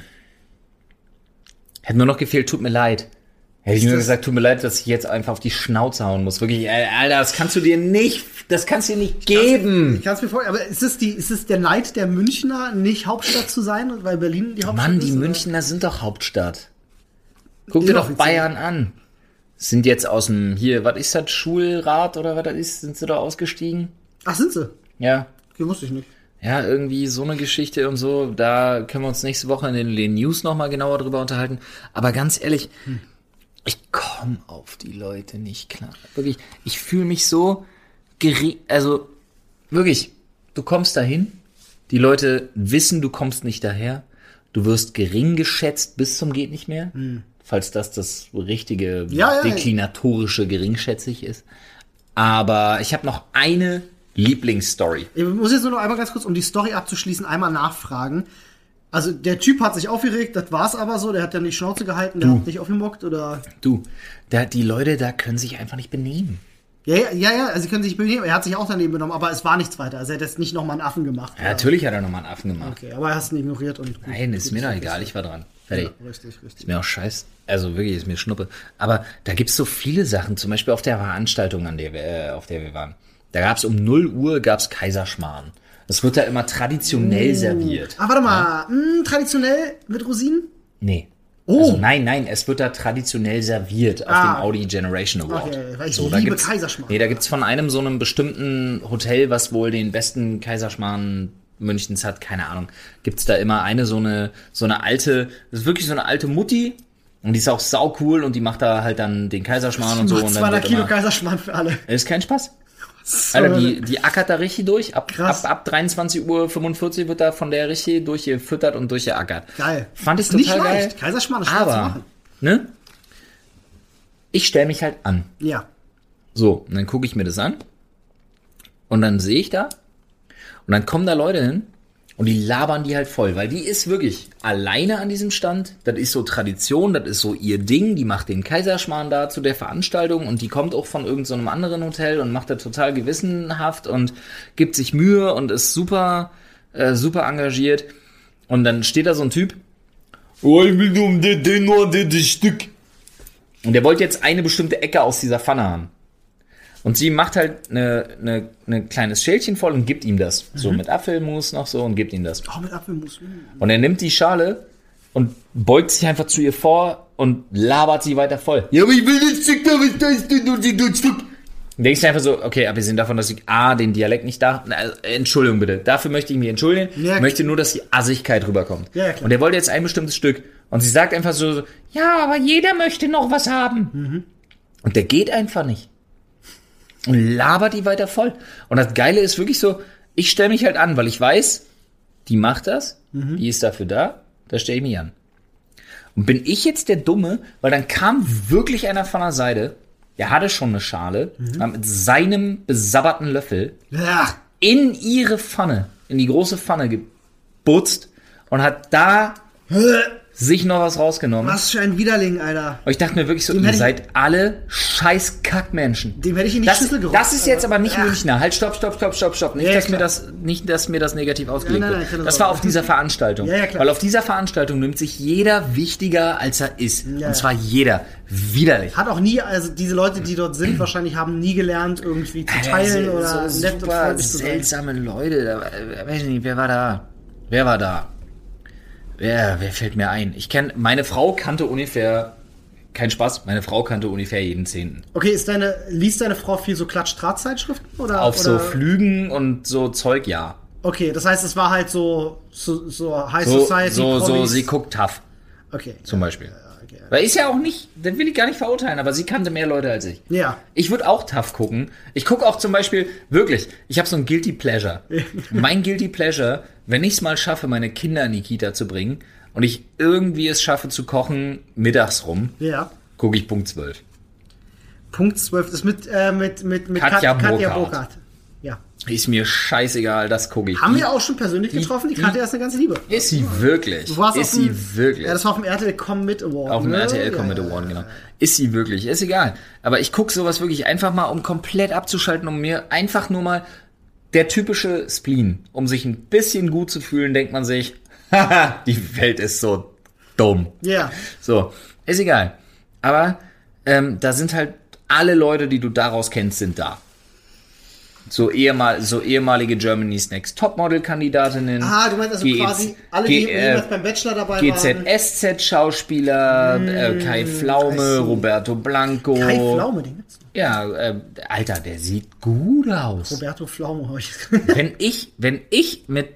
S2: Hätte nur noch gefehlt, tut mir leid. Hätte ich nur gesagt, tut mir leid, dass ich jetzt einfach auf die Schnauze hauen muss. Wirklich, äh, Alter, das kannst du dir nicht, das kannst du dir nicht geben.
S1: Ich kann es mir vorstellen, aber ist es, die, ist es der Neid der Münchner, nicht Hauptstadt zu sein, weil Berlin die Hauptstadt
S2: Mann,
S1: ist?
S2: die
S1: oder?
S2: Münchner sind doch Hauptstadt. Guck
S1: Die
S2: dir
S1: sind
S2: doch
S1: offiziell.
S2: Bayern an. Sind jetzt aus dem, hier, was ist das, Schulrat oder was das ist? Sind sie da ausgestiegen?
S1: Ach, sind sie?
S2: Ja.
S1: Okay, wusste ich nicht.
S2: Ja, irgendwie so eine Geschichte und so. Da können wir uns nächste Woche in den, den News nochmal genauer drüber unterhalten. Aber ganz ehrlich,
S1: Hm.
S2: ich komme auf die Leute nicht klar. Wirklich, ich fühle mich so gering. Also, wirklich, du kommst dahin, die Leute wissen, du kommst nicht daher. Du wirst gering geschätzt bis zum geht nicht mehr. Falls das das richtige
S1: Hm. Ja, ja, ja.
S2: deklinatorische geringschätzig ist. Aber ich habe noch eine Lieblingsstory.
S1: Ich muss jetzt nur noch einmal ganz kurz, um die Story abzuschließen, einmal nachfragen. Also, der Typ hat sich aufgeregt, das war's aber so, der hat ja nicht Schnauze gehalten, der hat nicht aufgemockt oder.
S2: Du, da, die Leute da können sich einfach nicht benehmen.
S1: Ja, ja, ja, ja, also, sie können sich benehmen, er hat sich auch daneben benommen, aber es war nichts weiter. Also, er hat jetzt nicht nochmal einen Affen gemacht.
S2: Ja, natürlich hat er nochmal einen Affen gemacht.
S1: Okay, aber er hat ihn ignoriert und. Gut,
S2: Nein, ist
S1: gut,
S2: mir doch
S1: okay.
S2: egal, ich war dran. Fertig.
S1: Richtig, richtig.
S2: Ist mir auch scheiß. Also wirklich, ist mir Schnuppe. Aber da gibt's so viele Sachen, zum Beispiel auf der Veranstaltung, an der wir, äh, auf der wir waren. Da gab's um 0 Uhr gab's Kaiserschmarrn. Das wird da immer traditionell serviert.
S1: Ah, warte mal, hm, traditionell mit Rosinen?
S2: Nee.
S1: Oh.
S2: Also nein, nein, es wird da traditionell serviert auf
S1: Ah.
S2: dem Audi Generation Award.
S1: Okay, weil ich
S2: da
S1: liebe
S2: gibt's-
S1: Kaiserschmarrn.
S2: Nee, da gibt's von einem so einem bestimmten Hotel, was wohl den besten Kaiserschmarrn Münchens hat, keine Ahnung. Gibt's da immer eine so eine so eine alte, das ist wirklich so eine alte Mutti und die ist auch sau cool und die macht da halt dann den Kaiserschmarrn und so
S1: Macht
S2: und dann
S1: 200
S2: wird
S1: Kilo
S2: immer,
S1: Kaiserschmarrn für alle.
S2: ist kein Spaß.
S1: So,
S2: Alter, die, die ackert da richtig durch. Ab,
S1: Krass.
S2: ab, ab 23.45 Uhr wird da von der richtig durchgefüttert und durchgeackert.
S1: Geil.
S2: Fand ich
S1: Ist nicht
S2: total geil.
S1: leicht. Kaiserschmarrn ist schwer zu
S2: Aber,
S1: machen.
S2: ne? Ich stelle mich halt an.
S1: Ja.
S2: So, und dann gucke ich mir das an. Und dann sehe ich da. Und dann kommen da Leute hin. Und die labern die halt voll, weil die ist wirklich alleine an diesem Stand. Das ist so Tradition, das ist so ihr Ding. Die macht den Kaiserschmarrn da zu der Veranstaltung und die kommt auch von irgendeinem so einem anderen Hotel und macht das total gewissenhaft und gibt sich Mühe und ist super, äh, super engagiert. Und dann steht da so ein Typ. Oh, ich will nur das Ding und das Stück. Und der wollte jetzt eine bestimmte Ecke aus dieser Pfanne haben. Und sie macht halt eine, eine, eine kleines Schälchen voll und gibt ihm das. So mit Apfelmus noch so und gibt ihm das.
S1: Auch mit Apfelmus. Mm.
S2: Und er nimmt die Schale und beugt sich einfach zu ihr vor und labert sie weiter voll. Ja, aber ich will das Stück da, was da ist denn und die das Stück. Und denkst du einfach so, okay, abgesehen davon, dass ich A, den Dialekt nicht da, na, also, Entschuldigung bitte, dafür möchte ich mich entschuldigen,
S1: Ja,
S2: möchte nur, dass die Assigkeit rüberkommt.
S1: Ja, ja, klar.
S2: und er wollte jetzt ein bestimmtes Stück und sie sagt einfach so, ja, aber jeder möchte noch was haben.
S1: Mhm.
S2: Und der geht einfach nicht. Und labert die weiter voll. Und das Geile ist wirklich so, ich stelle mich halt an, weil ich weiß, die macht das,
S1: Mhm.
S2: die ist dafür da, da stelle ich mich an. Und bin ich jetzt der Dumme, weil dann kam wirklich einer von der Seite, der hatte schon eine Schale,
S1: Mhm.
S2: war mit seinem besabberten Löffel
S1: Ja.
S2: in ihre Pfanne, in die große Pfanne gebutzt und hat da sich noch was rausgenommen.
S1: Was für ein Widerling, Alter.
S2: Und ich dachte mir wirklich so,
S1: Dem
S2: ihr
S1: hätte ich-
S2: seid alle scheiß Kackmenschen.
S1: Dem hätte ich in die
S2: das,
S1: Schüssel gerotzt,
S2: Das ist jetzt
S1: Alter.
S2: aber nicht
S1: Ja.
S2: Münchner. Halt, stopp, stopp, stopp, stopp, stopp. Nicht,
S1: Ja, ja,
S2: dass, mir
S1: klar.
S2: das, nicht dass mir das negativ ausgelegt
S1: nein, nein,
S2: wird.
S1: keine
S2: das
S1: Sorge.
S2: war auf dieser Veranstaltung.
S1: Ja, ja, klar.
S2: Weil auf dieser Veranstaltung nimmt sich jeder wichtiger, als er ist.
S1: Ja,
S2: Und zwar
S1: ja.
S2: jeder. Widerlich.
S1: Hat auch nie, also diese Leute, die dort sind, wahrscheinlich haben nie gelernt, irgendwie zu teilen
S2: Ja, so-
S1: oder
S2: so
S1: nett und
S2: super
S1: freundlich zu sein.
S2: seltsame Leute. Da, war- weiß ich nicht, wer war da? Wer war da? Wer, wer fällt mir ein? Ich kenne, meine Frau kannte ungefähr, kein Spaß, meine Frau kannte ungefähr jeden Zehnten.
S1: Okay, ist deine, liest deine Frau viel so Klatsch-Draht-Zeitschriften? Oder,
S2: Auf so
S1: oder?
S2: Flügen und so Zeug, ja.
S1: Okay, das heißt, es war halt so, so, so High
S2: So,
S1: Society.
S2: so, so,
S1: Promis.
S2: sie guckt tough,
S1: Okay.
S2: zum Beispiel.
S1: okay.
S2: Weil ist ja auch nicht, das will ich gar nicht verurteilen, aber sie kannte mehr Leute als ich.
S1: Ja.
S2: Ich würde auch tough gucken. Ich gucke auch zum Beispiel, wirklich, ich habe so ein Guilty Pleasure. mein Guilty Pleasure, wenn ich es mal schaffe, meine Kinder in die Kita zu bringen und ich irgendwie es schaffe zu kochen, mittags rum,
S1: Ja.
S2: gucke ich Punkt 12.
S1: Punkt 12 ist mit, äh, mit, mit, mit
S2: Katja
S1: Kat- Katja
S2: Burkhardt.
S1: Burkhardt. Ja.
S2: Ist mir scheißegal, das gucke ich.
S1: Haben wir auch schon persönlich getroffen. Die, Katja ist eine ganze Liebe.
S2: ist sie wirklich?
S1: Du warst
S2: Ist
S1: auf
S2: sie
S1: dem-
S2: wirklich?
S1: Ja, das war auf dem RTL Com Mit Award.
S2: Auf dem
S1: ne?
S2: RTL
S1: Ja,
S2: Comet
S1: ja.
S2: Award, genau. Ist sie wirklich, ist egal. Aber ich gucke sowas wirklich einfach mal, um komplett abzuschalten, um mir einfach nur mal der typische Spleen, um sich ein bisschen gut zu fühlen, denkt man sich, haha, die Welt ist so dumm.
S1: Ja.
S2: So, ist egal. Aber ähm, da sind halt alle Leute, die du daraus kennst, sind da. So, ehemal, so ehemalige Germany's Next Topmodel-Kandidatinnen.
S1: Ah, du meinst also
S2: GEZ
S1: quasi alle,
S2: G-
S1: die
S2: äh,
S1: jemals beim Bachelor dabei waren.
S2: GZSZ-Schauspieler, äh, Kai Pflaume, Roberto Blanco.
S1: Hm, Kai Pflaume, den gibt's noch.
S2: Ja, äh, Alter, der sieht gut aus.
S1: Roberto Pflaume habe ich
S2: wenn ich, wenn ich mit,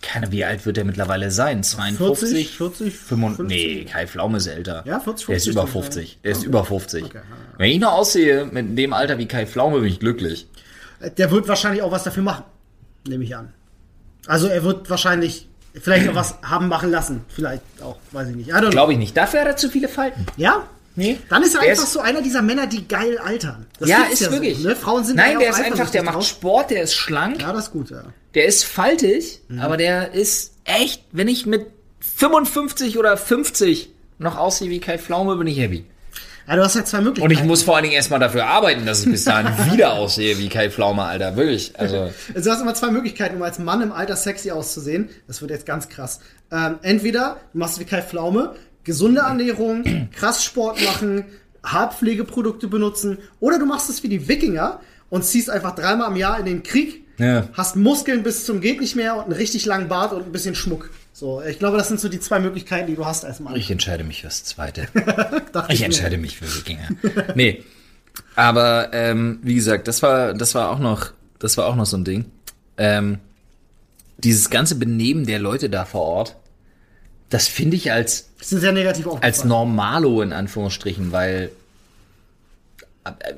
S2: keine, wie alt wird der mittlerweile sein?
S1: 40,
S2: 52?
S1: 40,
S2: 55? Nee, Kai Pflaume ist älter.
S1: Ja, 40,
S2: Der ist
S1: 50
S2: über
S1: dann, ja.
S2: 50. Der ist über 50.
S1: Okay.
S2: Wenn ich noch aussehe, mit dem Alter wie Kai Pflaume, bin ich glücklich.
S1: Der wird wahrscheinlich auch was dafür machen, nehme ich an. Also er wird wahrscheinlich vielleicht auch was haben machen lassen. Vielleicht auch, weiß ich nicht. I don't know.
S2: Glaube ich nicht. Dafür hat er zu viele Falten.
S1: ja?
S2: Nee.
S1: Dann ist er
S2: Der
S1: einfach
S2: ist-
S1: so einer dieser Männer, die geil altern. Das
S2: ja,
S1: gibt's
S2: ist wirklich.
S1: So, ne? Frauen sind
S2: Nein,
S1: da
S2: der
S1: ja auch
S2: ist einfach,
S1: eifersüchtig
S2: der macht
S1: drauf.
S2: Sport, der ist schlank.
S1: Ja, das ist gut, ja.
S2: Der ist faltig, aber der ist echt, wenn ich mit 55 oder 50 noch aussehe wie Kai Pflaume, bin ich happy.
S1: ja. Du hast ja zwei
S2: Und
S1: Möglichkeiten.
S2: ich muss vor allen Dingen erstmal dafür arbeiten, dass ich bis dahin wieder aussehe wie Kai Pflaume, Alter. Wirklich. Also,
S1: Also du hast immer zwei Möglichkeiten, um als Mann im Alter sexy auszusehen. Das wird jetzt ganz krass. Ähm, entweder du machst wie Kai Pflaume, gesunde Ernährung, krass Sport machen, Haarpflegeprodukte benutzen. Oder du machst es wie die Wikinger und ziehst einfach dreimal im Jahr in den Krieg,
S2: Ja.
S1: hast Muskeln bis zum geht nicht mehr und einen richtig langen Bart und ein bisschen Schmuck. So, ich glaube, das sind so die zwei Möglichkeiten, die du hast als Mann.
S2: ich entscheide mich fürs Zweite.
S1: dachte
S2: Ich
S1: mir.
S2: entscheide mich für Wikinger. Nee. Aber ähm, wie gesagt, das war, das war auch noch, das war auch noch so ein Ding. Ähm, dieses ganze Benehmen der Leute da vor Ort, das finde ich als
S1: Das ist sehr negativ
S2: als
S1: aufgefallen.
S2: Normalo in äh, Anführungsstrichen, weil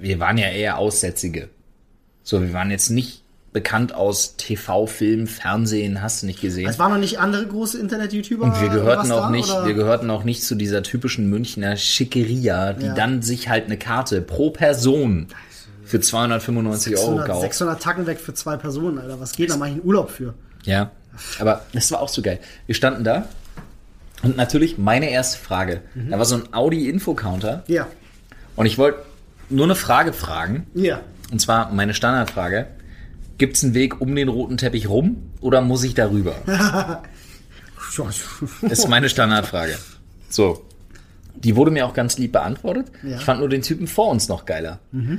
S2: wir waren ja eher Aussätzige. So, wir waren jetzt nicht bekannt aus TV, Film, Fernsehen, hast du nicht gesehen.
S1: Es waren noch nicht andere große Internet-YouTuber.
S2: Und wir gehörten
S1: was
S2: auch
S1: da,
S2: nicht,
S1: oder?
S2: wir gehörten auch nicht zu dieser typischen Münchner Schickeria, die
S1: Ja.
S2: dann sich halt eine Karte pro Person für 295 Euro
S1: 600,
S2: kauft.
S1: 600 Tacken weg für zwei Personen, Alter. Was geht? Da mache ich einen Urlaub für.
S2: Ja, aber das war auch so geil. Wir standen da und natürlich meine erste Frage.
S1: Mhm.
S2: Da war so ein Audi-Info-Counter
S1: Ja.
S2: und ich wollte nur eine Frage fragen.
S1: Ja.
S2: Und zwar meine Standardfrage. Gibt es einen Weg um den roten Teppich rum oder muss ich darüber? Ist meine Standardfrage. So. Die wurde mir auch ganz lieb beantwortet.
S1: Ja.
S2: Ich fand nur den Typen vor uns noch geiler.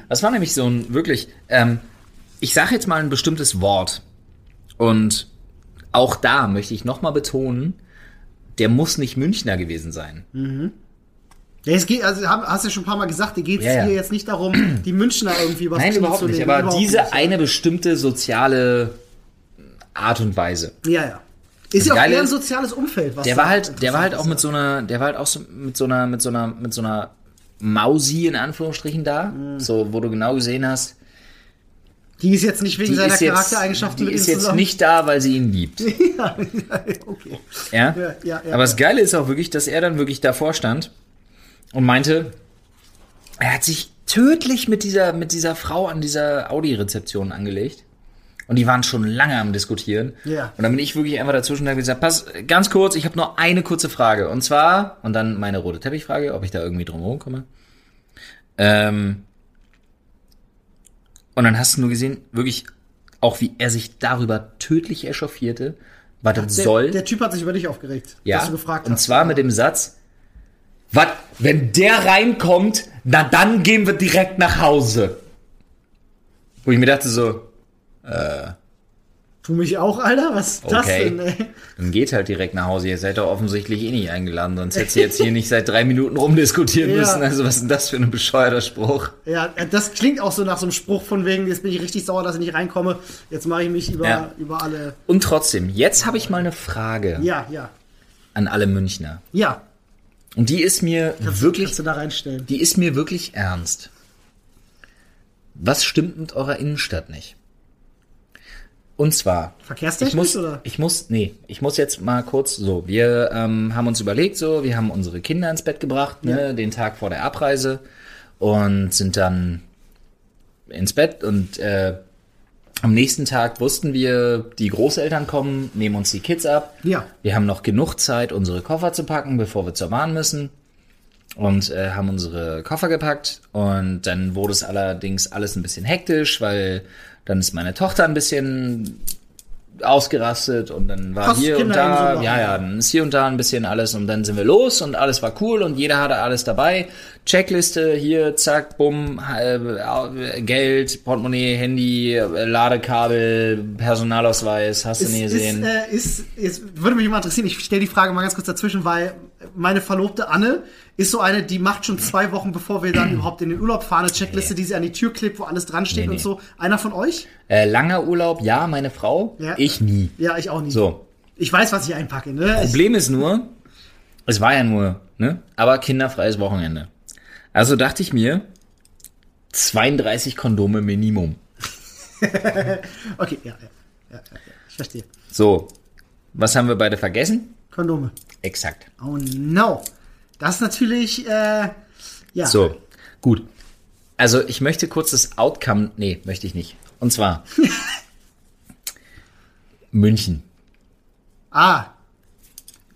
S2: Das war nämlich so ein wirklich, ähm, ich sage jetzt mal ein bestimmtes Wort. Und auch da möchte ich nochmal betonen, der muss nicht Münchner gewesen sein.
S1: Ja, es geht, also hab- hast du ja schon ein paar Mal gesagt, dir geht es
S2: Ja, ja.
S1: hier jetzt nicht darum, die Münchner irgendwie was
S2: Nein, überhaupt nicht. Aber diese eine bestimmte soziale Art und Weise.
S1: Ja, ja. Ist ja auch
S2: Geile
S1: eher ein
S2: ist,
S1: soziales Umfeld, was
S2: Der
S1: da
S2: war halt, der war halt
S1: interessant
S2: auch mit so einer, der war halt auch so mit so einer, mit so einer, mit so einer Mausi in Anführungsstrichen da,
S1: Mhm.
S2: so wo du genau gesehen hast,
S1: ist. Die ist jetzt nicht wegen
S2: die
S1: seiner
S2: ist jetzt,
S1: Charaktereigenschaften
S2: die
S1: mit ihm
S2: ist jetzt
S1: zusammen.
S2: nicht da, weil sie ihn liebt.
S1: ja, okay.
S2: Ja?
S1: Ja, ja, ja.
S2: Aber das Geile ist auch wirklich, dass er dann wirklich davor stand und meinte, er hat sich tödlich mit dieser, mit dieser Frau an dieser Audi-Rezeption angelegt. Und die waren schon lange am Diskutieren.
S1: Ja.
S2: Und dann bin ich wirklich einfach dazwischen und habe gesagt, pass, ganz kurz, ich habe nur eine kurze Frage. Und zwar, und dann meine rote Teppichfrage, ob ich da irgendwie drum rumkomme. Ähm, und dann hast du nur gesehen, wirklich, auch wie er sich darüber tödlich echauffierte, was das
S1: Der,
S2: soll.
S1: der Typ hat sich über dich aufgeregt,
S2: Ja.
S1: dass du gefragt
S2: und
S1: hast.
S2: zwar mit dem Satz, was, wenn der reinkommt, na dann gehen wir direkt nach Hause. Wo ich mir dachte so,
S1: Tu mich auch, Alter? Was ist das
S2: Okay.
S1: denn, ey?
S2: dann geht halt direkt nach Hause. Ihr seid doch offensichtlich eh nicht eingeladen, sonst hättet ihr jetzt hier nicht seit drei Minuten rumdiskutieren
S1: Ja.
S2: müssen. Also was ist denn das für ein bescheuerter Spruch?
S1: Ja, das klingt auch so nach so einem Spruch von wegen, jetzt bin ich richtig sauer, dass ich nicht reinkomme. Jetzt mache ich mich über,
S2: Ja.
S1: über alle.
S2: Und trotzdem, jetzt habe ich mal eine Frage
S1: Ja, ja.
S2: an alle Münchner.
S1: Ja.
S2: Und die ist mir wirklich,
S1: Kannst du da reinstellen.
S2: die ist mir wirklich ernst. Was stimmt mit eurer Innenstadt nicht? Und zwar,
S1: Verkehrstechnisch
S2: ich muss,
S1: oder?
S2: ich muss, nee, ich muss jetzt mal kurz so. Wir ähm, haben uns überlegt, so, wir haben unsere Kinder ins Bett gebracht, ne, den Tag vor der Abreise und sind dann ins Bett und äh, am nächsten Tag wussten wir, die Großeltern kommen, nehmen uns die Kids ab.
S1: Ja.
S2: Wir haben noch genug Zeit, unsere Koffer zu packen, bevor wir zur Bahn müssen. Und äh, haben unsere Koffer gepackt. Und dann wurde es allerdings alles ein bisschen hektisch, weil dann ist meine Tochter ein bisschen ausgerastet und dann war
S1: Krass,
S2: hier und
S1: Kinder haben
S2: da,
S1: sogar.
S2: ja, ja, dann ist hier und da ein bisschen alles und dann sind wir los und alles war cool und jeder hatte alles dabei. Checkliste hier, zack, bumm, äh, Geld, Portemonnaie, Handy, äh, Ladekabel, Personalausweis, hast du nie
S1: Ist,
S2: gesehen.
S1: ist, äh, ist, ist, würde mich immer interessieren, ich stelle die Frage mal ganz kurz dazwischen, weil meine Verlobte Anne ist so eine, die macht schon zwei Wochen, bevor wir dann überhaupt in den Urlaub fahren, eine Checkliste, die sie an die Tür klebt, wo alles dran steht
S2: Nee,
S1: und
S2: nee.
S1: so. Einer von euch?
S2: Äh, langer Urlaub, ja, meine Frau,
S1: Ja.
S2: ich nie.
S1: Ja, ich auch nie.
S2: So.
S1: Ich weiß, was ich einpacke, ne? Ich,
S2: Problem ist nur, es war ja nur, ne? Aber kinderfreies Wochenende. Also dachte ich mir, 32 Kondome Minimum.
S1: okay, ja, ja, ja, ja, ja, ich verstehe.
S2: So. Was haben wir beide vergessen?
S1: Kondome.
S2: Exakt.
S1: Oh no. Das ist natürlich, äh, ja.
S2: So. Gut. Also ich möchte kurz das Outcome. Nee, möchte ich nicht. Und zwar München.
S1: Ah,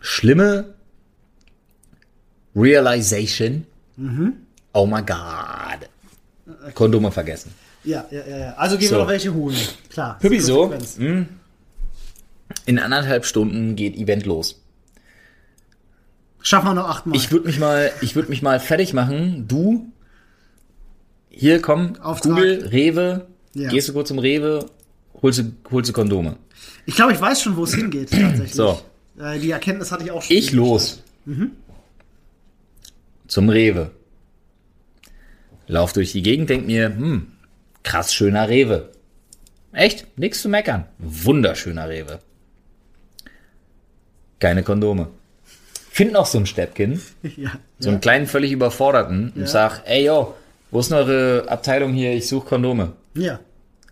S2: schlimme Realization. Oh my God. Kondome vergessen.
S1: ja, ja, ja. ja. Also gehen
S2: So.
S1: wir noch welche holen. Klar.
S2: Püppi so.
S1: Konsequenz.
S2: Hm? In anderthalb Stunden geht Event los.
S1: Schaffen wir noch achtmal.
S2: Ich würde mich mal, ich würde mich mal fertig machen. Du, hier komm,
S1: Auftrag.
S2: Google, Rewe,
S1: Ja.
S2: gehst du kurz zum Rewe, holst du, holst du Kondome.
S1: Ich glaube, ich weiß schon, wo es hingeht, tatsächlich.
S2: So.
S1: Äh, die Erkenntnis hatte ich auch schon.
S2: Ich los. Zum Rewe. Lauf durch die Gegend, denk mir, hm, krass schöner Rewe. Echt? Nix zu meckern. Wunderschöner Rewe. Keine Kondome. Find noch so ein Steppkin,
S1: Ja.
S2: so einen kleinen, völlig überforderten und sag, ey yo, wo ist denn eure Abteilung hier? Ich suche Kondome.
S1: ja.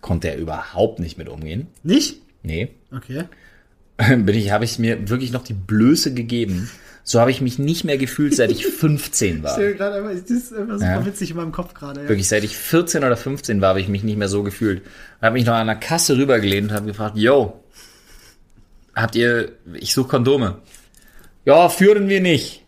S2: konnte er überhaupt nicht mit umgehen.
S1: Nicht?
S2: Nee.
S1: Okay.
S2: Bin ich, habe ich mir wirklich noch die Blöße gegeben. So habe ich mich nicht mehr gefühlt, seit ich 15 war.
S1: Das ist einfach super
S2: Ja.
S1: witzig in meinem Kopf gerade. Ja.
S2: Wirklich, seit ich 14 oder 15 war, habe ich mich nicht mehr so gefühlt. Habe mich noch an der Kasse rübergelehnt und habe gefragt, yo, habt ihr, ich suche Kondome. Ja, führen wir nicht.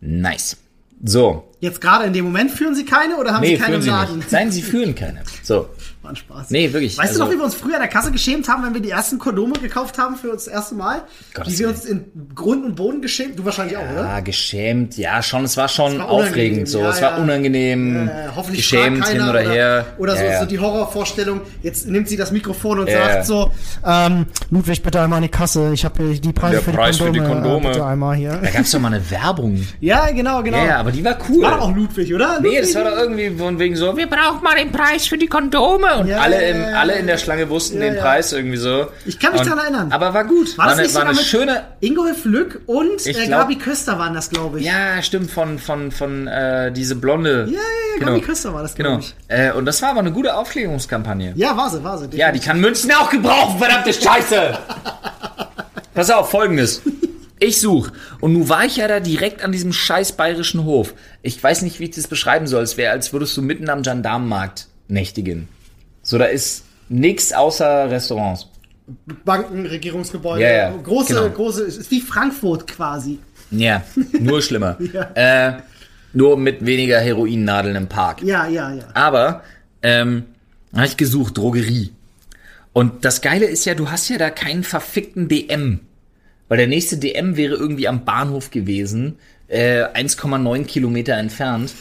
S2: Nice. So,
S1: Jetzt gerade in dem Moment führen sie keine oder haben sie
S2: nee,
S1: keine
S2: führen
S1: im
S2: Sie
S1: Laden?
S2: nicht. Nein, Sie führen keine. So,
S1: War ein Spaß.
S2: nee, wirklich.
S1: Weißt
S2: also,
S1: du noch, wie wir uns früher an der Kasse geschämt haben, wenn wir die ersten Kondome gekauft haben für uns das erste Mal?
S2: Gottes
S1: wie wir
S2: Willen.
S1: uns in Grund und Boden geschämt? Du wahrscheinlich auch, oder?
S2: Ah, geschämt, ja, schon, es war schon
S1: war unangenehm,
S2: aufregend, so,
S1: ja,
S2: es war
S1: ja.
S2: unangenehm,
S1: Äh, hoffentlich
S2: geschämt
S1: fragt
S2: hin
S1: keiner
S2: oder, her.
S1: Oder so,
S2: ja, ja.
S1: so die Horrorvorstellung, jetzt nimmt sie das Mikrofon und
S2: Ja, ja.
S1: sagt so, ähm, Ludwig, bitte einmal an die Kasse, ich habe hier die Preise
S2: Der
S1: für,
S2: Preis
S1: die
S2: für die
S1: Kondome,
S2: Kondome.
S1: Äh, bitte einmal hier.
S2: Da gab es doch mal eine Werbung.
S1: Ja, genau, genau.
S2: Ja, ja, aber die war cool.
S1: War doch auch Ludwig, oder?
S2: Nee,
S1: Ludwig?
S2: das war doch irgendwie von wegen so, wir brauchen mal den Preis für die Kondome. Und
S1: Ja,
S2: alle,
S1: ja,
S2: im,
S1: ja, ja.
S2: alle in der Schlange wussten den
S1: ja.
S2: Preis irgendwie so.
S1: Ich kann mich
S2: Und-
S1: daran erinnern.
S2: Aber war gut.
S1: War das
S2: eine,
S1: nicht
S2: war eine
S1: sogar mit-
S2: schöne.
S1: Ingolf Lück und äh,
S2: Ich glaub-
S1: Gabi Köster waren das, glaube ich.
S2: Ja, stimmt, von, von, von äh, diese blonde.
S1: ja, ja, Gabi Köster war das,
S2: Genau.
S1: glaube ich.
S2: Äh, und das war aber eine gute Aufklärungskampagne.
S1: Ja, war sie, war sie.
S2: Ja, die kann Münzen auch gebrauchen, verdammte Scheiße! Pass auf, folgendes. Ich such. Und nun war ich ja da direkt an diesem scheiß bayerischen Hof. Ich weiß nicht, wie ich das beschreiben soll. Es wäre, als würdest du mitten am Gendarmenmarkt nächtigen. So, da ist nichts außer Restaurants.
S1: Banken, Regierungsgebäude,
S2: Ja, ja,
S1: große,
S2: genau.
S1: große, es ist wie Frankfurt quasi.
S2: Ja, nur schlimmer. äh, nur mit weniger Heroinnadeln im Park.
S1: Ja, ja, ja.
S2: Aber ähm, habe ich gesucht, Drogerie. Und das Geile ist ja, du hast ja da keinen verfickten DM. Weil der nächste DM wäre irgendwie am Bahnhof gewesen, äh, 1,9 Kilometer entfernt.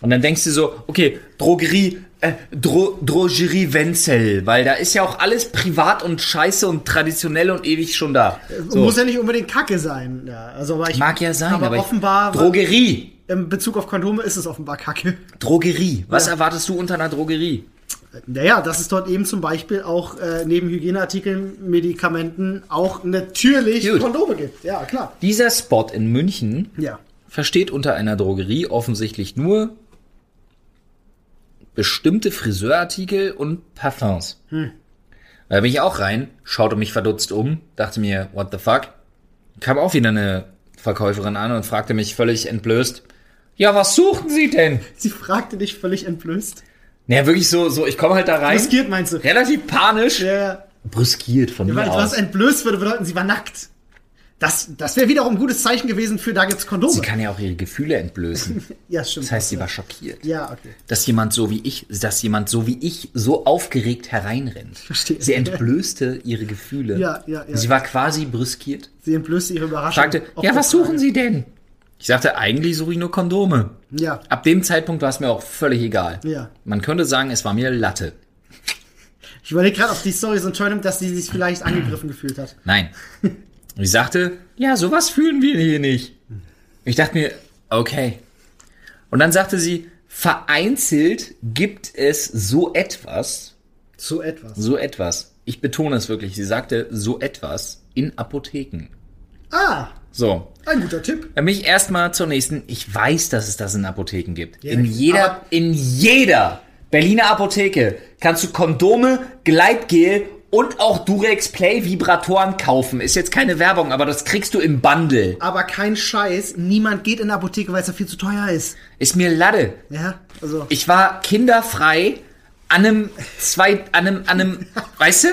S2: Und dann denkst du so, okay, Drogerie, äh, Dro Drogerie Wenzel, weil da ist ja auch alles privat und scheiße und traditionell und ewig schon da. So.
S1: Muss ja nicht unbedingt Kacke sein. Ja, also, aber ich,
S2: Mag ja sein,
S1: aber,
S2: aber, ich-
S1: offenbar,
S2: Drogerie.
S1: in Bezug auf Kondome ist es offenbar Kacke.
S2: Drogerie. Was erwartest du unter einer Drogerie?
S1: Naja, dass es dort eben zum Beispiel auch äh, neben Hygieneartikeln, Medikamenten auch natürlich
S2: Gut.
S1: Kondome gibt. Ja, klar.
S2: Dieser Spot in München
S1: Ja.
S2: versteht unter einer Drogerie offensichtlich nur bestimmte Friseurartikel und Parfums.
S1: Hm.
S2: Da bin ich auch rein, schaute mich verdutzt um, dachte mir, what the fuck? Kam auch wieder eine Verkäuferin an und fragte mich völlig entblößt, ja, was suchten Sie denn?
S1: Sie fragte dich völlig entblößt.
S2: Naja, wirklich so, so, ich komme halt da rein,
S1: Riskiert meinst du?
S2: relativ panisch.
S1: Ja, ja.
S2: Brüskiert von
S1: Weil
S2: mir
S1: was
S2: aus.
S1: entblößt würde bedeuten, sie war nackt. Das, das wäre wiederum ein gutes Zeichen gewesen für, da gibt's Kondome.
S2: Sie kann ja auch ihre Gefühle entblößen.
S1: ja, stimmt.
S2: Das heißt, sie war schockiert.
S1: ja, okay.
S2: dass jemand so wie ich, dass jemand so wie ich so aufgeregt hereinrennt.
S1: Verstehe.
S2: Sie entblößte ihre Gefühle.
S1: Ja, ja, ja.
S2: Sie war quasi brüskiert.
S1: Sie entblößte ihre Überraschung.
S2: Fragte,
S1: Auf
S2: ja,
S1: die
S2: was
S1: Frage.
S2: suchen Sie denn? Ich sagte, eigentlich suche ich nur Kondome.
S1: Ja.
S2: Ab dem Zeitpunkt war es mir auch völlig egal.
S1: Ja.
S2: Man könnte sagen, es war mir Latte.
S1: Ich überlege gerade, ob die Story so ein Turn nimmt, dass sie sich vielleicht angegriffen gefühlt hat.
S2: Nein. Und ich sagte, ja, sowas fühlen wir hier nicht. Ich dachte mir, okay. Und dann sagte sie, vereinzelt gibt es so etwas,
S1: So etwas.
S2: So etwas. Ich betone es wirklich. Sie sagte so etwas in Apotheken.
S1: Ah,
S2: So.
S1: ein guter Tipp.
S2: Dann bin ich erstmal zur nächsten. Ich weiß, dass es das in Apotheken gibt.
S1: Ja,
S2: in jeder,
S1: aber-
S2: in jeder Berliner Apotheke kannst du Kondome, Gleitgel und auch Durex Play Vibratoren kaufen. Ist jetzt keine Werbung, aber das kriegst du im Bundle.
S1: Aber kein Scheiß. Niemand geht in eine Apotheke, weil es da viel zu teuer ist.
S2: Ist mir Lade.
S1: Ja, also.
S2: Ich war kinderfrei an einem zwei, an einem, an einem, weißt du?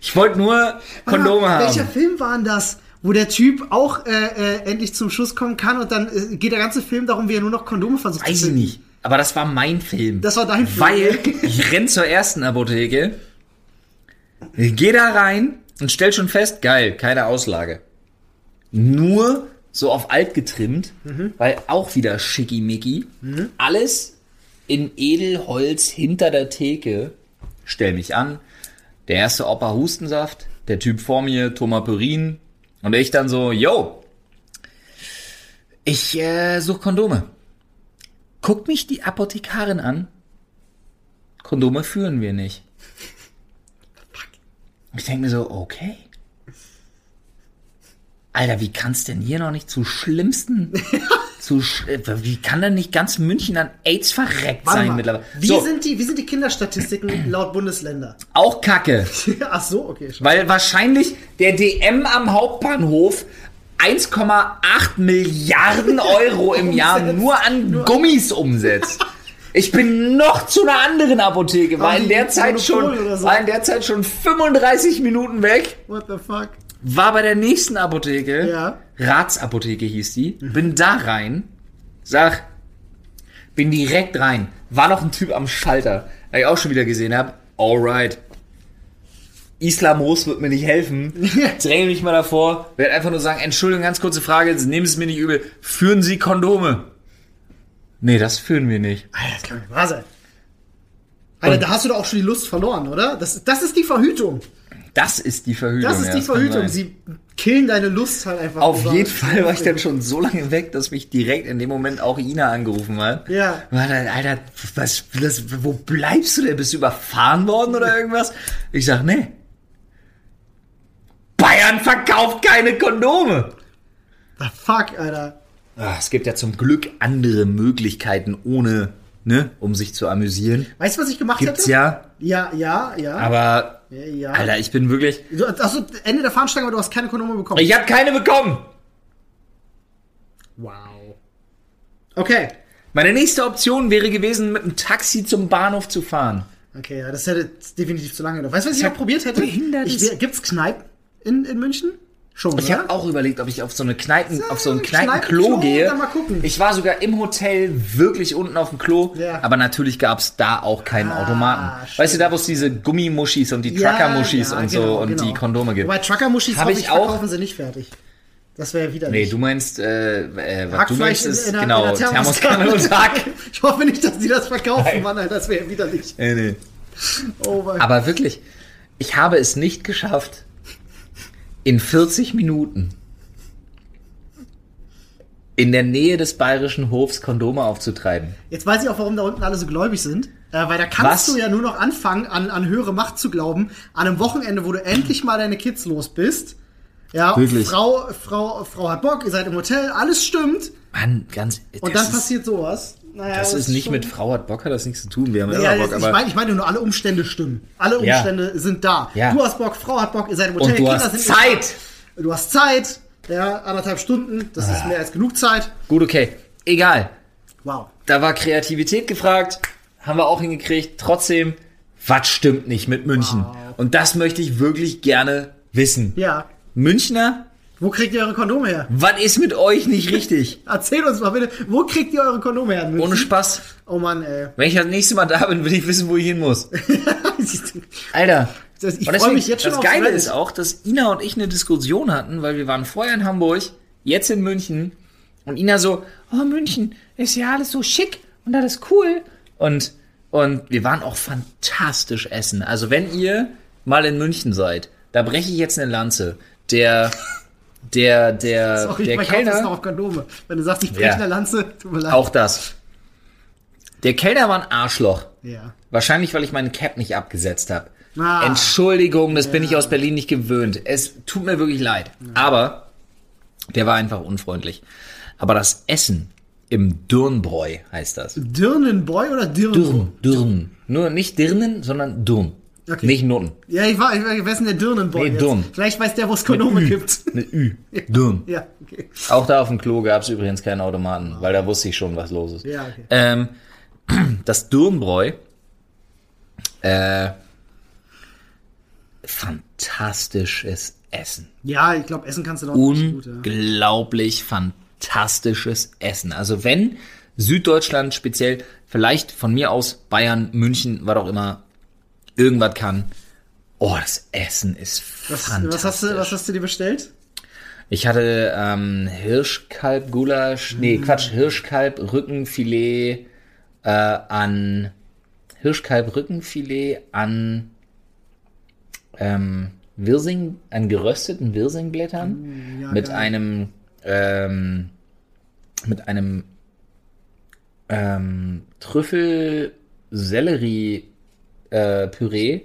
S2: Ich wollte nur Kondome
S1: Ah,
S2: haben.
S1: Welcher Film war denn das? Wo der Typ auch äh, äh, endlich zum Schuss kommen kann und dann äh, geht der ganze Film darum, wie er nur noch Kondome versucht
S2: Weiß ich
S1: finden.
S2: nicht. Aber das war mein Film.
S1: Das war dein Film,
S2: Weil
S1: ja.
S2: ich renn zur ersten Apotheke, geh da rein und stell schon fest, geil, keine Auslage. Nur so auf alt getrimmt,
S1: Mhm.
S2: weil auch wieder schickimicki. Alles in Edelholz hinter der Theke. Stell mich an. Der erste Opa Hustensaft, der Typ vor mir, Thomas Purin. Und ich dann so, yo, ich äh, suche Kondome. Guckt mich die Apothekarin an. Kondome führen wir nicht. Ich denke mir so, okay. Alter, wie kann's denn hier noch nicht zu schlimmsten, zu, sch- äh, wie kann denn nicht ganz München an AIDS verreckt
S1: Warte
S2: sein
S1: mal,
S2: mittlerweile?
S1: Wie,
S2: So,
S1: sind die, wie sind die Kinderstatistiken laut Bundesländer?
S2: auch Kacke.
S1: Ach so, okay. schon.
S2: Weil wahrscheinlich der DM am Hauptbahnhof 1,8 Milliarden Euro im Jahr
S1: Umsetzt.
S2: nur an Gummis umsetzt. Ich bin noch zu einer anderen Apotheke, war
S1: Haben
S2: in
S1: die
S2: der Zeit
S1: Monopol
S2: schon,
S1: oder so?
S2: war in der Zeit schon 35 Minuten weg,
S1: What the fuck?
S2: war bei der nächsten Apotheke,
S1: Ja. Mhm.
S2: Ratsapotheke hieß die, bin da rein, sag, bin direkt rein, war noch ein Typ am Schalter, der ich auch schon wieder gesehen hab. alright, Islamos wird mir nicht helfen. Dränge mich mal davor. Werde einfach nur sagen, Entschuldigung, ganz kurze Frage, nehmen Sie es mir nicht übel. Führen Sie Kondome? Nee, das führen wir nicht.
S1: Alter, das kann doch nicht wahr sein. Alter, da hast du doch auch schon die Lust verloren, oder? Das, das ist die Verhütung.
S2: Das ist die Verhütung.
S1: Das ist
S2: ja,
S1: die
S2: kann
S1: Verhütung.
S2: sein.
S1: Sie killen deine Lust halt einfach.
S2: Auf
S1: nur.
S2: jeden Fall war ich dann schon so lange weg, dass mich direkt in dem Moment auch Ina angerufen hat.
S1: Ja.
S2: War dann, Alter, was, das, wo bleibst du denn? Bist du überfahren worden oder irgendwas? Ich sag, nee. Bayern verkauft keine Kondome.
S1: Ah, Fuck, Alter.
S2: Ah, es gibt ja zum Glück andere Möglichkeiten, ohne, ne, um sich zu amüsieren.
S1: Weißt du, was ich gemacht
S2: Gibt's
S1: hätte?
S2: ja,
S1: Ja, ja, ja.
S2: aber,
S1: ja.
S2: Alter, ich bin wirklich,
S1: Du, achso, Ende der Fahnenstange, aber du hast keine Kondome bekommen.
S2: ich habe keine bekommen.
S1: wow. Okay.
S2: Meine nächste Option wäre gewesen, mit dem Taxi zum Bahnhof zu fahren.
S1: Okay, ja, das hätte definitiv zu lange gedauert. Weißt du, was ich
S2: Ja,
S1: noch probiert hätte?
S2: behindert
S1: Ich,
S2: ist-
S1: wär- gibt's Kneipen in, in München? Schon,
S2: Ich habe
S1: oder?
S2: auch überlegt, ob ich auf so eine Kneipen, auf so ein
S1: Kneipenklo,
S2: Kneipenklo gehe.
S1: dann mal gucken.
S2: Ich war sogar im Hotel wirklich unten auf dem Klo,
S1: Ja.
S2: aber natürlich gab es da auch keinen
S1: Ah,
S2: Automaten.
S1: stimmt.
S2: Weißt du, da wo es diese Gummimuschis und die Truckermuschis
S1: ja,
S2: und so
S1: genau,
S2: und
S1: genau.
S2: die Kondome gibt.
S1: Wobei Trucker-Muschis
S2: Hab
S1: hoffe
S2: ich
S1: ich,
S2: auch-
S1: verkaufen sie nicht fertig. Das wäre wieder
S2: Nee, du meinst, äh, äh, was du
S1: Hackfleisch
S2: meinst, ist
S1: in, in einer-
S2: genau
S1: in einer
S2: Thermoskanne und Hack.
S1: Ich hoffe nicht, dass die das verkaufen, Mann, Alter, das wäre widerlich.
S2: Äh, nee.
S1: Oh mein Gott.
S2: Aber wirklich, ich habe es nicht geschafft, in 40 Minuten in der Nähe des bayerischen Hofs Kondome aufzutreiben.
S1: Jetzt weiß ich auch, warum da unten alle so gläubig sind. Äh, weil da kannst
S2: Was?
S1: du ja nur noch anfangen, an, an höhere Macht zu glauben, an einem Wochenende, wo du endlich mal deine Kids los bist. Ja,
S2: Wirklich?
S1: Frau, Frau, Frau hat Bock, ihr seid im Hotel, alles stimmt.
S2: Mann, ganz.
S1: Und
S2: das
S1: dann
S2: ist,
S1: passiert sowas. Naja,
S2: Das ist nicht
S1: schon-
S2: mit Frau hat Bock, hat das nichts zu tun. Wir haben
S1: Ja,
S2: immer
S1: jetzt,
S2: Bock,
S1: ich,
S2: aber.
S1: meine, ich meine nur, alle Umstände stimmen. Alle
S2: Ja.
S1: Umstände sind da.
S2: Ja.
S1: Du hast Bock, Frau hat Bock, ihr seid im Hotel,
S2: und du hast
S1: im-
S2: Zeit!
S1: Du hast Zeit, ja, anderthalb Stunden, das
S2: Ah.
S1: ist mehr als genug Zeit.
S2: Gut, okay. Egal.
S1: Wow.
S2: Da war Kreativität gefragt. Haben wir auch hingekriegt. Trotzdem, was stimmt nicht mit München? Und das möchte ich wirklich gerne wissen.
S1: Ja.
S2: Münchner,
S1: Wo kriegt ihr eure Kondome her?
S2: was ist mit euch nicht richtig?
S1: Erzähl uns mal bitte, wo kriegt ihr eure Kondome her? in München?
S2: Ohne Spaß.
S1: Oh Mann, ey.
S2: Wenn ich das nächste Mal da bin, will ich wissen, wo ich hin muss. Alter.
S1: Das- ich
S2: Und
S1: freue
S2: deswegen,
S1: mich jetzt schon
S2: das
S1: auf
S2: Geile
S1: Reddit.
S2: ist auch, dass Ina und ich eine Diskussion hatten, weil wir waren vorher in Hamburg, jetzt in München und Ina so, oh München, ist ja alles so schick und alles cool und und wir waren auch fantastisch essen. Also wenn ihr mal in München seid, da breche ich jetzt eine Lanze. Der der der
S1: Sorry,
S2: der
S1: ich mein Kopf ist noch
S2: Kellner
S1: auf Kondome. Wenn du sagst, ich breche
S2: Ja.
S1: eine Lanze, tut mir leid.
S2: auch das. Der Kellner war ein Arschloch.
S1: Ja.
S2: Wahrscheinlich, weil ich meinen Cap nicht abgesetzt habe.
S1: Ah.
S2: Entschuldigung, das bin ich aus Berlin nicht gewöhnt. Es tut mir wirklich leid. Aber der war einfach unfreundlich. Aber das Essen im Dürnbräu heißt das.
S1: Dirnenboy oder Dirnen?
S2: Dürn, Dürn. Nur nicht Dirnen, sondern Dürn.
S1: Okay.
S2: Nicht Nutten.
S1: Ja, ich war, ich war, wer ist denn der Dirnenboy?
S2: Nee,
S1: jetzt?
S2: Dirn.
S1: Vielleicht weiß der, wo es Kondome gibt.
S2: Mit Ü. Dürn.
S1: Ja, okay.
S2: Auch da auf dem Klo gab es übrigens keinen Automaten, weil da wusste ich schon, was los ist.
S1: Ja, okay.
S2: Ähm, das Dürnbräu, äh, fantastisches Essen.
S1: Ja, ich glaube, Essen kannst du noch nicht gut. Ja.
S2: Unglaublich fantastisches Essen. Also wenn Süddeutschland speziell, vielleicht von mir aus Bayern, München, was auch immer, irgendwas kann. Oh, das Essen ist
S1: Was,
S2: fantastisch.
S1: was, hast du, was hast du dir bestellt?
S2: Ich hatte ähm, Hirschkalb, Gulasch,
S1: Mhm.
S2: nee, Quatsch, Hirschkalb, Rückenfilet äh, an Hirschkalb, Rückenfilet an ähm, Wirsing, an gerösteten
S1: Mhm.
S2: Wirsingblättern
S1: ja,
S2: mit
S1: geil.
S2: einem ähm, mit einem ähm, Trüffel-Sellerie-Püree,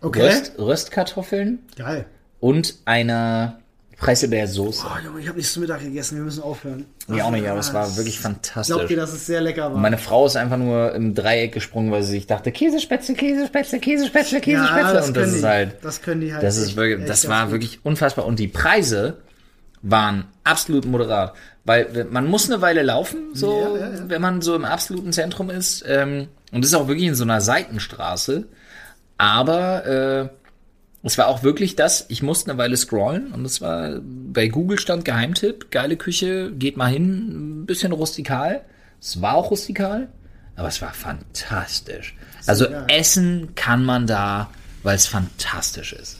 S1: Okay.
S2: Röst, äh, Röstkartoffeln
S1: Geil.
S2: und einer Preis in der Soße.
S1: Oh, Junge, ich habe nichts zu Mittag gegessen, wir müssen aufhören.
S2: Nee, auch nicht, aber es war wirklich fantastisch.
S1: Glaubt ihr, dass es sehr lecker war?
S2: Meine Frau ist einfach nur im Dreieck gesprungen, weil sie sich dachte, Käsespätzle, Käsespätzle, Käsespätzle, Käsespätzle. und das
S1: können
S2: ist
S1: die,
S2: halt,
S1: Das können die halt.
S2: das ist
S1: echt-
S2: wirklich,
S1: echt
S2: das
S1: ganz
S2: war
S1: gut.
S2: wirklich unfassbar. Und die Preise waren absolut moderat, weil man muss eine Weile laufen, so,
S1: Ja, ja, ja.
S2: wenn man so im absoluten Zentrum ist. Ähm, und das ist auch wirklich in so einer Seitenstraße. Aber äh, es war auch wirklich das, ich musste eine Weile scrollen und es war bei Google stand Geheimtipp, geile Küche, geht mal hin, ein bisschen rustikal. Es war auch rustikal, aber es war fantastisch. Also
S1: geil.
S2: essen kann man da, weil es fantastisch ist.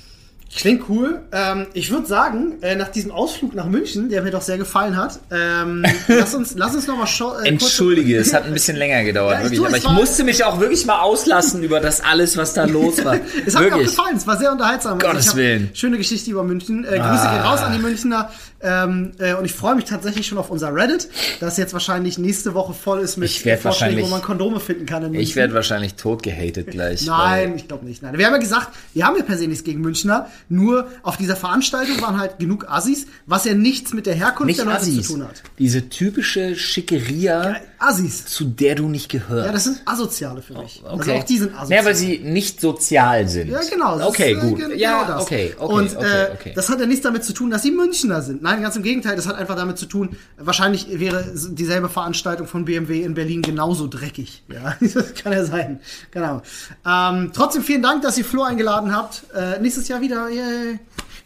S1: Klingt cool. Ähm, ich würde sagen, äh, nach diesem Ausflug nach München, der mir doch sehr gefallen hat, ähm, lass uns, lass uns nochmal schauen. Äh, kurz-
S2: Entschuldige, es hat ein bisschen länger gedauert,
S1: Ja, ich
S2: wirklich.
S1: tu,
S2: aber
S1: es
S2: ich
S1: war-
S2: musste mich auch wirklich mal auslassen über das alles, was da los war.
S1: Es hat mir auch
S2: wirklich.
S1: gefallen, es war sehr unterhaltsam. Also
S2: Gottes
S1: ich hab
S2: Willen. Ah.
S1: Schöne Geschichte über München. Äh, Grüße gehen raus an die Münchner. Ähm, äh, und ich freue mich tatsächlich schon auf unser Reddit, das jetzt wahrscheinlich nächste Woche voll ist mit
S2: Ich werd
S1: Vorschlägen,
S2: wahrscheinlich-
S1: wo man Kondome finden kann in München.
S2: Ich werde wahrscheinlich tot gehatet gleich.
S1: Nein, ich glaube nicht. Nein. Wir haben ja gesagt, wir haben ja per se nichts gegen Münchner, nur auf dieser Veranstaltung waren halt genug Assis, was ja nichts mit der Herkunft
S2: Nicht
S1: der Leute
S2: Assis.
S1: zu tun hat.
S2: Diese typische Schickeria,
S1: Assis.
S2: zu der du nicht gehörst.
S1: Ja, das sind Asoziale für mich. Also auch die sind asozial.
S2: Oh, Ja, weil sie nicht sozial sind.
S1: Ja, genau. das
S2: Okay,
S1: ist, äh,
S2: gut.
S1: gen-
S2: ja,
S1: genau das.
S2: okay, okay,
S1: Und
S2: okay,
S1: äh,
S2: okay.
S1: das hat ja nichts damit zu tun, dass sie Münchner sind. Nein, ganz im Gegenteil. Das hat einfach damit zu tun, wahrscheinlich wäre s- dieselbe Veranstaltung von BMW in Berlin genauso dreckig. Ja, das kann ja sein. Genau. Ähm, trotzdem vielen Dank, dass ihr Flo eingeladen habt. Äh, nächstes Jahr wieder. Yay.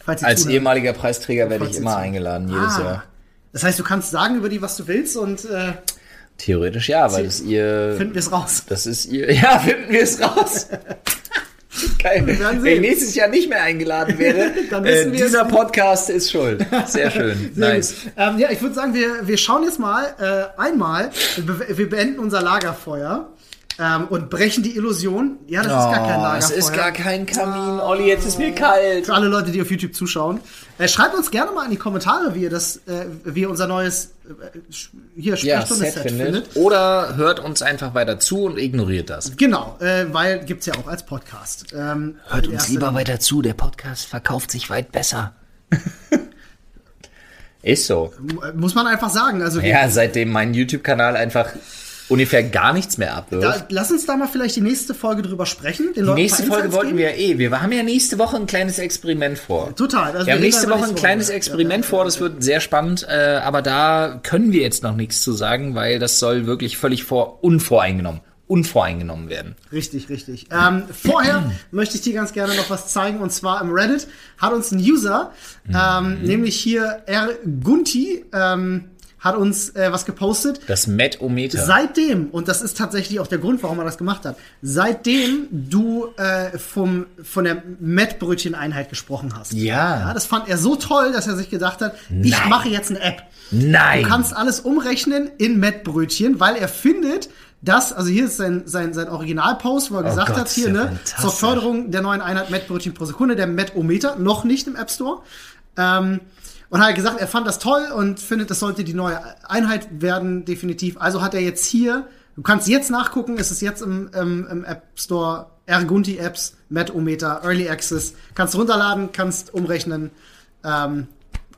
S1: Falls ihr
S2: Als
S1: zuhört.
S2: ehemaliger Preisträger werde ich
S1: Falls
S2: immer
S1: jetzt-
S2: eingeladen, jedes
S1: Ah.
S2: Jahr.
S1: Das heißt, du kannst sagen über die, was du willst und äh,
S2: Theoretisch ja, weil das ihr.
S1: finden wir es raus.
S2: Das ist ihr. Ja, finden wir es raus. Geil.
S1: werden
S2: Wenn ich
S1: sehen.
S2: nächstes Jahr nicht mehr eingeladen wäre,
S1: Dann
S2: äh,
S1: wissen wir es
S2: dieser Podcast ist schuld. Sehr schön.
S1: Sehr
S2: nice.
S1: gut. Ähm, ja, ich würde sagen, wir, wir schauen jetzt mal äh, einmal. Wir, be wir beenden unser Lagerfeuer ähm, und brechen die Illusion. Ja, das ist gar kein
S2: Oh,
S1: Lagerfeuer. Ah.
S2: es ist gar kein Kamin. Olli, jetzt ist mir kalt.
S1: für alle Leute, die auf YouTube zuschauen. Äh, schreibt uns gerne mal in die Kommentare, wie ihr das, äh, wie ihr unser neues äh, Sch- hier
S2: Ja,
S1: Sprechstunde-Set
S2: Set
S1: findet.
S2: findet. Oder hört uns einfach weiter zu und ignoriert das.
S1: Genau, äh, weil gibt's ja auch als Podcast. Ähm,
S2: Hört
S1: in
S2: uns
S1: erster
S2: lieber weiter zu, der Podcast verkauft sich weit besser. Ist so.
S1: Linie- äh, Muss man einfach sagen. Also
S2: Ja, seitdem mein YouTube-Kanal einfach ungefähr gar nichts mehr abwirft.
S1: da, lass uns da mal vielleicht die nächste Folge drüber sprechen. Den
S2: Die
S1: Leuten ein
S2: nächste
S1: paar
S2: Folge
S1: Insights
S2: wollten
S1: geben.
S2: wir ja eh. Wir haben ja nächste Woche ein kleines Experiment vor.
S1: Total. Also
S2: Wir haben
S1: reden
S2: nächste
S1: einfach
S2: Woche ein kleines
S1: drüber.
S2: Experiment vor, das wird sehr spannend, äh, aber da können wir jetzt noch nichts zu sagen, weil das soll wirklich völlig vor unvoreingenommen, unvoreingenommen werden.
S1: Richtig, richtig. Ähm, vorher möchte ich dir ganz gerne noch was zeigen und zwar im Reddit hat uns ein User, ähm, nämlich hier R. Gunti, ähm, hat uns äh, was gepostet.
S2: Das Metometer.
S1: Seitdem, und das ist tatsächlich auch der Grund, warum er das gemacht hat, seitdem du äh, vom, von der Mettbrötchen-Einheit gesprochen hast. Ja,
S2: Ja.
S1: das fand er so toll, dass er sich gedacht hat, ich
S2: Nein.
S1: mache jetzt eine App.
S2: Nein.
S1: Du kannst alles umrechnen in Mettbrötchen, weil er findet, dass, also hier ist sein, sein, sein Originalpost, wo er gesagt
S2: Oh Gott,
S1: hat, hier,
S2: ist ja
S1: ne,
S2: fantastisch.
S1: zur Förderung der neuen Einheit Mettbrötchen pro Sekunde, der Mettometer, noch nicht im App Store. Ähm, und hat gesagt, er fand das toll und findet, das sollte die neue Einheit werden, definitiv. Also hat er jetzt hier, du kannst jetzt nachgucken, es ist jetzt im, im, im App Store, Ergunti Apps, Mettometer, Early Access, kannst runterladen, kannst umrechnen, ähm,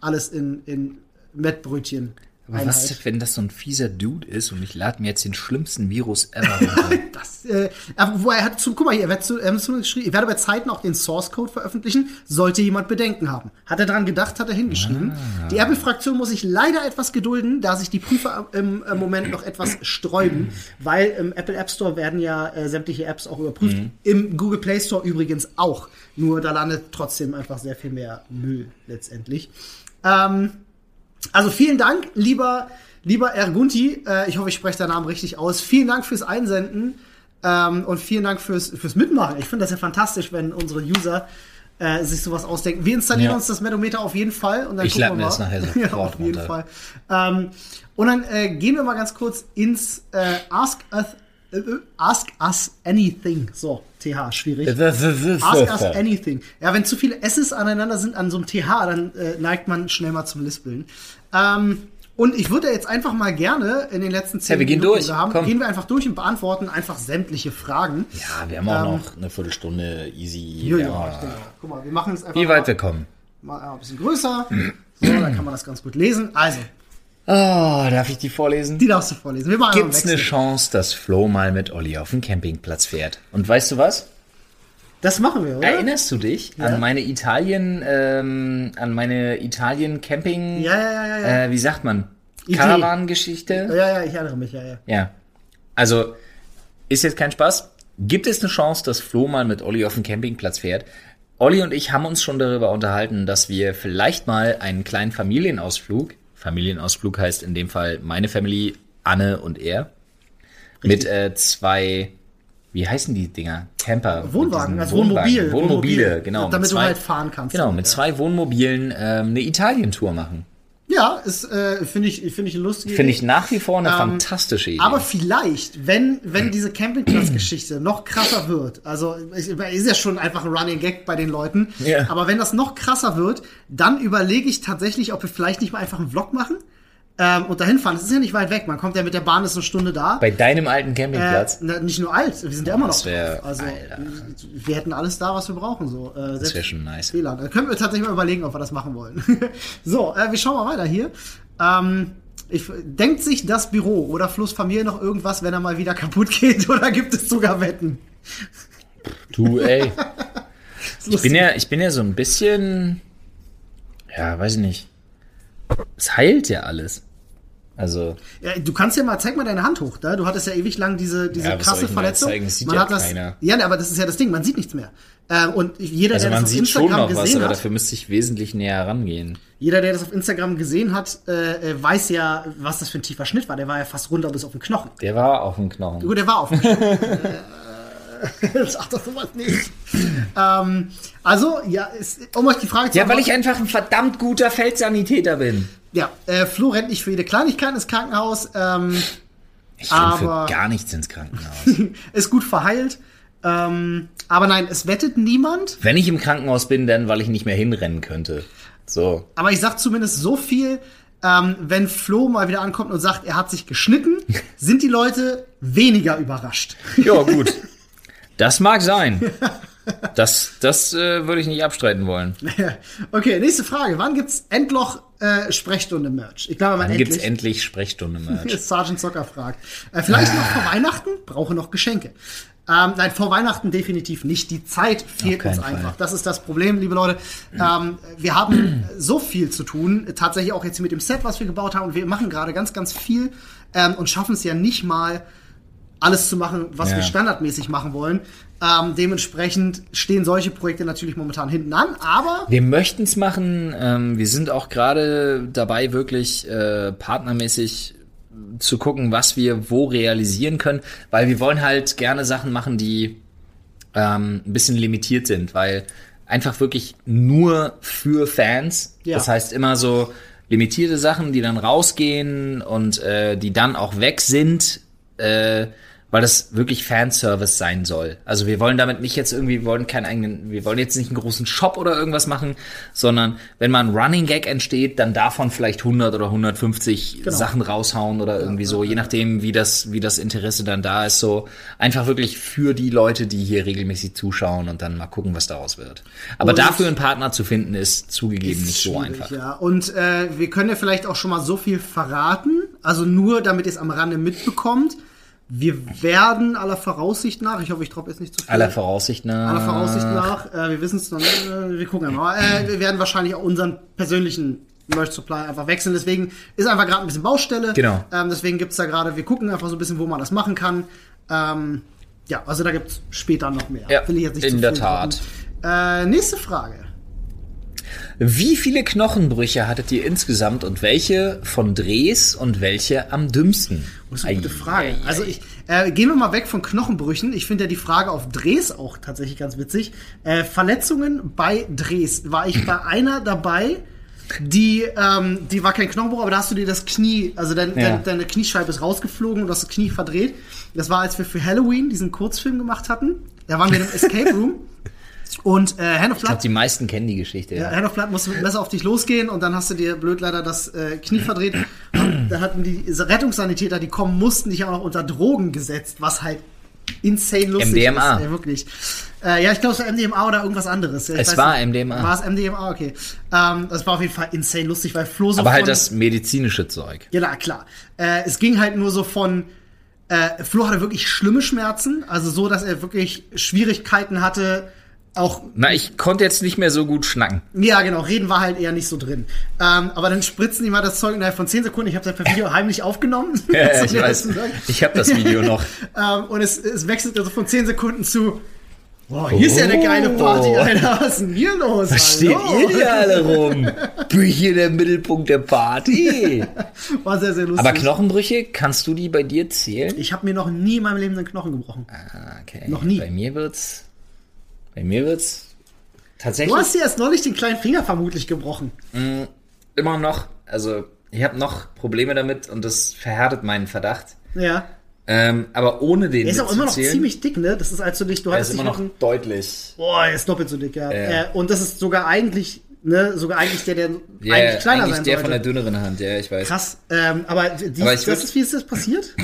S1: alles in, in Mettbrötchen.
S2: Aber
S1: Einheit.
S2: was, wenn das so ein fieser Dude ist und ich lade mir jetzt den schlimmsten Virus ever runter?
S1: Das, äh, aber wo er hat zu, guck mal hier, er hat zu, er hat zu geschrieben, ich werde bei Zeiten auch den Source Code veröffentlichen, sollte jemand Bedenken haben. Hat er dran gedacht, hat er hingeschrieben. Die Apple-Fraktion muss sich leider etwas gedulden, da sich die Prüfer im, äh, Moment noch etwas sträuben, weil im Apple App Store werden ja äh, sämtliche Apps auch überprüft. Im Google Play Store übrigens auch. Nur da landet trotzdem einfach sehr viel mehr Müll letztendlich. Ähm, also vielen Dank, lieber, lieber Ergunti. Äh, ich hoffe, ich spreche deinen Namen richtig aus. Vielen Dank fürs Einsenden ähm, und vielen Dank fürs, fürs Mitmachen. Ich finde das ja fantastisch, wenn unsere User äh, sich sowas ausdenken. Wir installieren
S2: Ja.
S1: uns das Medometer auf jeden Fall und dann
S2: Ich
S1: gucken wir
S2: lade mir
S1: mal.
S2: das nachher
S1: ja,
S2: sofort
S1: auf jeden
S2: runter.
S1: Fall. Ähm, und dann äh, gehen wir mal ganz kurz ins äh, Ask Us. äh, äh, Ask us anything. So, TH, schwierig. Ask us anything. Ja, wenn zu viele S's aneinander sind an so einem TH, dann äh, neigt man schnell mal zum Lispeln. Ähm, und ich würde jetzt einfach mal gerne in den letzten zehn
S2: Ja, wir gehen
S1: Minuten,
S2: durch.
S1: die wir haben,
S2: Komm.
S1: gehen wir einfach durch und beantworten einfach sämtliche Fragen.
S2: Ja, wir haben auch noch eine Viertelstunde easy.
S1: Ähm. Ja, ja,
S2: ja.
S1: ich denke, guck mal, wir machen es einfach
S2: Wie weit wir kommen.
S1: mal, mal ein bisschen größer. So, da kann man das ganz gut lesen. Also,
S2: Ah, darf ich die vorlesen?
S1: die darfst du vorlesen. Wir machen
S2: Gibt's
S1: einen
S2: eine
S1: Wechsel.
S2: Chance, dass Flo mal mit Olli auf den Campingplatz fährt? Und weißt du was?
S1: Das machen wir, oder?
S2: Erinnerst du dich an meine Italien, ähm, an meine Italien Camping?
S1: Ja, ja, ja, ja, ja.
S2: Äh, wie sagt man?
S1: Idee. Äh,
S2: Karawanengeschichte?
S1: Ja, ja, ich erinnere mich, ja, ja.
S2: Ja. Also ist jetzt kein Spaß. Gibt es eine Chance, dass Flo mal mit Olli auf den Campingplatz fährt? Olli und ich haben uns schon darüber unterhalten, dass wir vielleicht mal einen kleinen Familienausflug, Familienausflug heißt in dem Fall meine Family, Anne und er, mit äh, zwei, wie heißen die Dinger? Camper. mit
S1: Wohnwagen,
S2: diesen
S1: also Wohnmobil.
S2: Wohnwagen. Wohnmobile, genau. mit
S1: Damit du
S2: zwei-
S1: halt fahren kannst.
S2: Genau, mit
S1: ja.
S2: zwei Wohnmobilen ähm, eine Italien-Tour machen.
S1: Ja, ist, äh, finde ich, finde ich eine lustige
S2: Finde
S1: Idee.
S2: ich nach wie vor eine fantastische Idee.
S1: Ähm, Aber vielleicht, wenn, wenn diese Campingplatzgeschichte noch krasser wird, also ich, ist ja schon einfach ein Running Gag bei den Leuten,
S2: Ja.
S1: aber wenn das noch krasser wird, dann überlege ich tatsächlich, ob wir vielleicht nicht mal einfach einen Vlog machen ähm, und dahin fahren. Das ist ja nicht weit weg, man kommt ja mit der Bahn, ist eine Stunde da.
S2: Bei deinem alten
S1: Äh,
S2: Campingplatz.
S1: na, nicht nur alt, wir sind ja immer noch
S2: das wär-
S1: drauf. Also
S2: Alter.
S1: wir hätten alles da, was wir brauchen. So. Äh, selbst
S2: wär schon nice.
S1: WLAN. Da können wir tatsächlich mal überlegen, ob wir das machen wollen. so, äh, wir schauen mal weiter hier. Ähm, ich, denkt sich das Büro oder Flo's Familie noch irgendwas, wenn er mal wieder kaputt geht? Oder gibt es sogar Wetten?
S2: Du, ey.
S1: Ich
S2: bin ja, ich bin ja so ein bisschen, ja, weiß ich nicht. Es heilt ja alles. Also,
S1: Ja, du kannst ja mal, zeig mal deine Hand hoch, da. Du hattest ja ewig lang diese, diese
S2: Ja, was soll
S1: krasse
S2: ich denn da
S1: Verletzung.
S2: zeigen? Das sieht
S1: man
S2: ja
S1: hat das,
S2: keiner.
S1: Ja, ne, aber das ist ja das Ding, man sieht nichts mehr. Ähm, und jeder,
S2: also
S1: der
S2: man
S1: das auf
S2: sieht schon
S1: Instagram
S2: noch was,
S1: gesehen
S2: aber
S1: hat,
S2: dafür müsste ich wesentlich näher herangehen.
S1: Jeder, der das auf Instagram gesehen hat, äh, äh, weiß ja, was das für ein tiefer Schnitt war. Der war ja fast runter bis auf den Knochen.
S2: Der war auf dem Knochen.
S1: Gut, der war auf dem Knochen. äh, sag doch sowas nicht. ähm, also, ja, ist, um euch die Frage zu
S2: Ja, weil ich einfach ein verdammt guter Feldsanitäter bin.
S1: Ja, äh, Flo rennt nicht für jede Kleinigkeit ins Krankenhaus, ähm,
S2: Ich renn für
S1: Aber-
S2: gar nichts ins Krankenhaus.
S1: ist gut verheilt. Ähm, aber nein, es wettet niemand.
S2: Wenn ich im Krankenhaus bin, dann, weil ich nicht mehr hinrennen könnte. So.
S1: Aber ich sag zumindest so viel, ähm, wenn Flo mal wieder ankommt und sagt, er hat sich geschnitten, sind die Leute weniger überrascht.
S2: Ja, gut. Das mag sein. Das, das äh, würde ich nicht abstreiten wollen.
S1: Okay, nächste Frage. Wann gibt's Endloch-Sprechstunde-Merch? ich glaube, man
S2: Dann gibt's
S1: endlich.
S2: endlich Sprechstunde Merch.
S1: Sergeant Zocker fragt. Äh, vielleicht noch vor
S2: Ah.
S1: Weihnachten? Brauche noch Geschenke. Ähm, nein, vor Weihnachten definitiv nicht. Die Zeit fehlt
S2: Auf keinen
S1: uns einfach. Das ist das Problem, liebe Leute. Ähm, wir haben so viel zu tun. Tatsächlich auch jetzt mit dem Set, was wir gebaut haben. Und wir machen gerade ganz, ganz viel ähm, und schaffen es ja nicht mal, alles zu machen, was
S2: Ja.
S1: wir standardmäßig machen wollen. Ähm, dementsprechend stehen solche Projekte natürlich momentan hinten an. Aber
S2: Wir möchten's machen. Ähm, wir sind auch gerade dabei, wirklich äh, partnermäßig zu gucken, was wir wo realisieren können, weil wir wollen halt gerne Sachen machen, die ähm, ein bisschen limitiert sind, weil einfach wirklich nur für Fans. halt
S1: Ja.
S2: Das heißt immer so limitierte Sachen, die dann rausgehen und äh, die dann auch weg sind, äh, weil das wirklich Fanservice sein soll. Also wir wollen damit nicht jetzt irgendwie, wir wollen keinen eigenen, wir wollen jetzt nicht einen großen Shop oder irgendwas machen, sondern wenn mal ein Running Gag entsteht, dann davon vielleicht 100 oder 150 Sachen raushauen oder irgendwie so, je nachdem, wie das, wie das Interesse dann da ist, so einfach wirklich für die Leute, die hier regelmäßig zuschauen und dann mal gucken, was daraus wird. Aber
S1: Und-
S2: dafür einen Partner zu finden, ist zugegeben nicht so
S1: schwierig,
S2: einfach.
S1: Ja. Und äh, wir können ja vielleicht auch schon mal so viel verraten, also nur damit ihr es am Rande mitbekommt. Wir werden aller Voraussicht nach, ich hoffe, ich droppe jetzt nicht zu viel.
S2: Aller Voraussicht nach.
S1: aller Voraussicht nach, äh, wir wissen es noch nicht, äh, wir gucken mal. Äh, wir werden wahrscheinlich auch unseren persönlichen Merch Supply einfach wechseln. Deswegen ist einfach gerade ein bisschen Baustelle.
S2: Genau.
S1: Ähm, deswegen gibt's da gerade, wir gucken einfach so ein bisschen, wo man das machen kann. Ähm, ja, also da gibt's später noch mehr.
S2: Ja,
S1: Will ich jetzt nicht
S2: in
S1: zu
S2: der
S1: viel
S2: Tat.
S1: droppen. Äh, nächste Frage.
S2: Wie viele Knochenbrüche hattet ihr insgesamt und welche von Drehs und welche am dümmsten?
S1: Das ist eine gute
S2: Ei,
S1: Frage.
S2: ei, ei.
S1: Also ich äh, gehen wir mal weg von Knochenbrüchen. Ich finde ja die Frage auf Drehs auch tatsächlich ganz witzig. Äh, Verletzungen bei Drehs war ich bei einer dabei, die ähm, die war kein Knochenbruch, aber da hast du dir das Knie, also dein,
S2: Ja.
S1: dein, deine Kniescheibe ist rausgeflogen und du hast das Knie verdreht. Das war, als wir für Halloween diesen Kurzfilm gemacht hatten. Da waren wir im Escape Room und äh, Hand of Blood
S2: ich glaube, die meisten kennen die Geschichte. Ja.
S1: ja, Herr Platt musste mit dem Messer auf dich losgehen und dann hast du dir blöd leider das äh, Knie verdreht. Und dann hatten die Rettungssanitäter, die kommen mussten, dich auch noch unter Drogen gesetzt, was halt insane lustig
S2: MDMA.
S1: ist. Ey, wirklich. Äh, ja, ich glaube, es war MDMA oder irgendwas anderes. Ja, ich
S2: Es
S1: weiß
S2: war MDMA.
S1: War es MDMA, okay. Ähm, das war auf jeden Fall insane lustig, weil Flo so
S2: Aber halt
S1: von-
S2: das medizinische Zeug.
S1: Ja, na, klar. Äh, es ging halt nur so von. Äh, Flo hatte wirklich schlimme Schmerzen, also so, dass er wirklich Schwierigkeiten hatte, auch
S2: Na, ich konnte jetzt nicht mehr so gut schnacken.
S1: ja, genau. Reden war halt eher nicht so drin. Ähm, aber dann spritzen die mal das Zeug innerhalb von 10 Sekunden. Ich habe das per Video heimlich aufgenommen.
S2: Ja,
S1: So
S2: ich
S1: mir das
S2: weiß.
S1: zu sagen.
S2: Ich habe das Video noch.
S1: Ähm, und es, es wechselt also von 10 Sekunden zu, boah, hier ist ja eine geile Party,
S2: Oh.
S1: Alter. Was ist denn hier los?
S2: Was steht
S1: Hallo?
S2: ihr hier alle rum? Bin ich hier der Mittelpunkt der Party?
S1: War sehr, sehr lustig.
S2: Aber Knochenbrüche, kannst du die bei dir zählen?
S1: ich habe mir noch nie in meinem Leben einen Knochen gebrochen.
S2: Ah, okay.
S1: Noch nie.
S2: Bei mir wird's. Bei mir wird's
S1: Du
S2: tatsächlich
S1: hast dir erst neulich den kleinen Finger vermutlich gebrochen.
S2: immer noch. Also ich habe noch Probleme damit und das verhärtet meinen Verdacht.
S1: Ja.
S2: Ähm, aber ohne den
S1: Der ist auch immer noch
S2: mitzuzählen,
S1: ziemlich dick, ne? Das ist also nicht, du
S2: er
S1: hattest
S2: ist
S1: dich
S2: immer
S1: mit
S2: noch deutlich.
S1: Boah, er ist doppelt so dick, ja.
S2: Ja.
S1: Äh, und das ist sogar eigentlich, ne, sogar eigentlich der, der
S2: Ja,
S1: eigentlich kleiner
S2: eigentlich
S1: sein
S2: der
S1: sollte.
S2: von der dünneren Hand. Ja, ich weiß.
S1: Krass. Ähm, aber die,
S2: Aber ich
S1: das
S2: würd-
S1: ist, wie ist das passiert?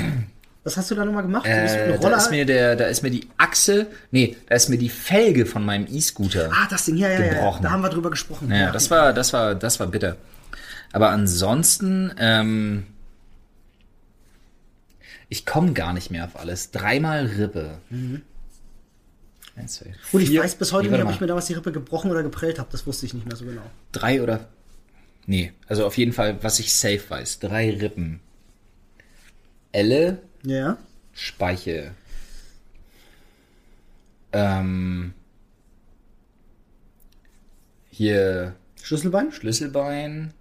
S1: Was hast du da nochmal gemacht? du bist mit
S2: Äh,
S1: einer
S2: da
S1: Rolle.
S2: ist mir der, da ist mir die Achse, nee, da ist mir die Felge von meinem E-Scooter.
S1: ah, das Ding, ja, ja, ja.
S2: gebrochen.
S1: Da haben wir drüber gesprochen.
S2: Ja, das war, das war, das war bitter. Aber ansonsten, ähm, ich komme gar nicht mehr auf alles. Dreimal Rippe.
S1: Mhm.
S2: Eins, zwei,
S1: Gut, ich
S2: vier.
S1: weiß bis heute
S2: Nee,
S1: nicht,
S2: warte
S1: ob ich
S2: mal.
S1: mir damals die Rippe gebrochen oder geprellt habe. Das wusste ich nicht mehr so genau.
S2: Drei oder. Nee, also auf jeden Fall, was ich safe weiß. Drei Rippen. Elle,
S1: Ja, ja.
S2: Speiche. Ähm. Hier
S1: Schlüsselbein?
S2: Schlüsselbein.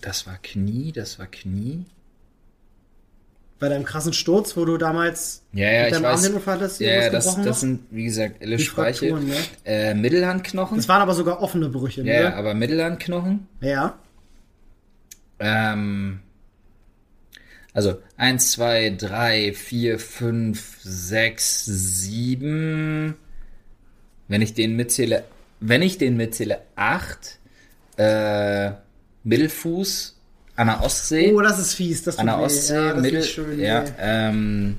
S2: Das war Knie, das war Knie.
S1: Bei deinem krassen Sturz, wo du damals
S2: Ja, ja,
S1: mit
S2: ich
S1: deinem
S2: weiß.
S1: Arm den Unfall hattest,
S2: ja,
S1: wo
S2: ja,
S1: was
S2: das,
S1: gebrochen
S2: das
S1: war?
S2: sind, wie gesagt, Elle
S1: Die
S2: Speiche.
S1: Frakturen, ne?
S2: Äh,
S1: Das
S2: Mittelhandknochen.
S1: waren aber sogar offene Brüche,
S2: Ja, ja,
S1: ne?
S2: aber Mittelhandknochen.
S1: Ja. ja.
S2: Ähm, also 1, 2, 3, 4, 5, 6, 7. Wenn ich den mitzähle, wenn ich den mitzähle, 8. Äh, Mittelfuß an der Ostsee.
S1: Oh, das ist fies. Das
S2: an der
S1: tut weh.
S2: Ostsee,
S1: ja, das
S2: Mittel.
S1: ist schön,
S2: ja,
S1: ey.
S2: ähm,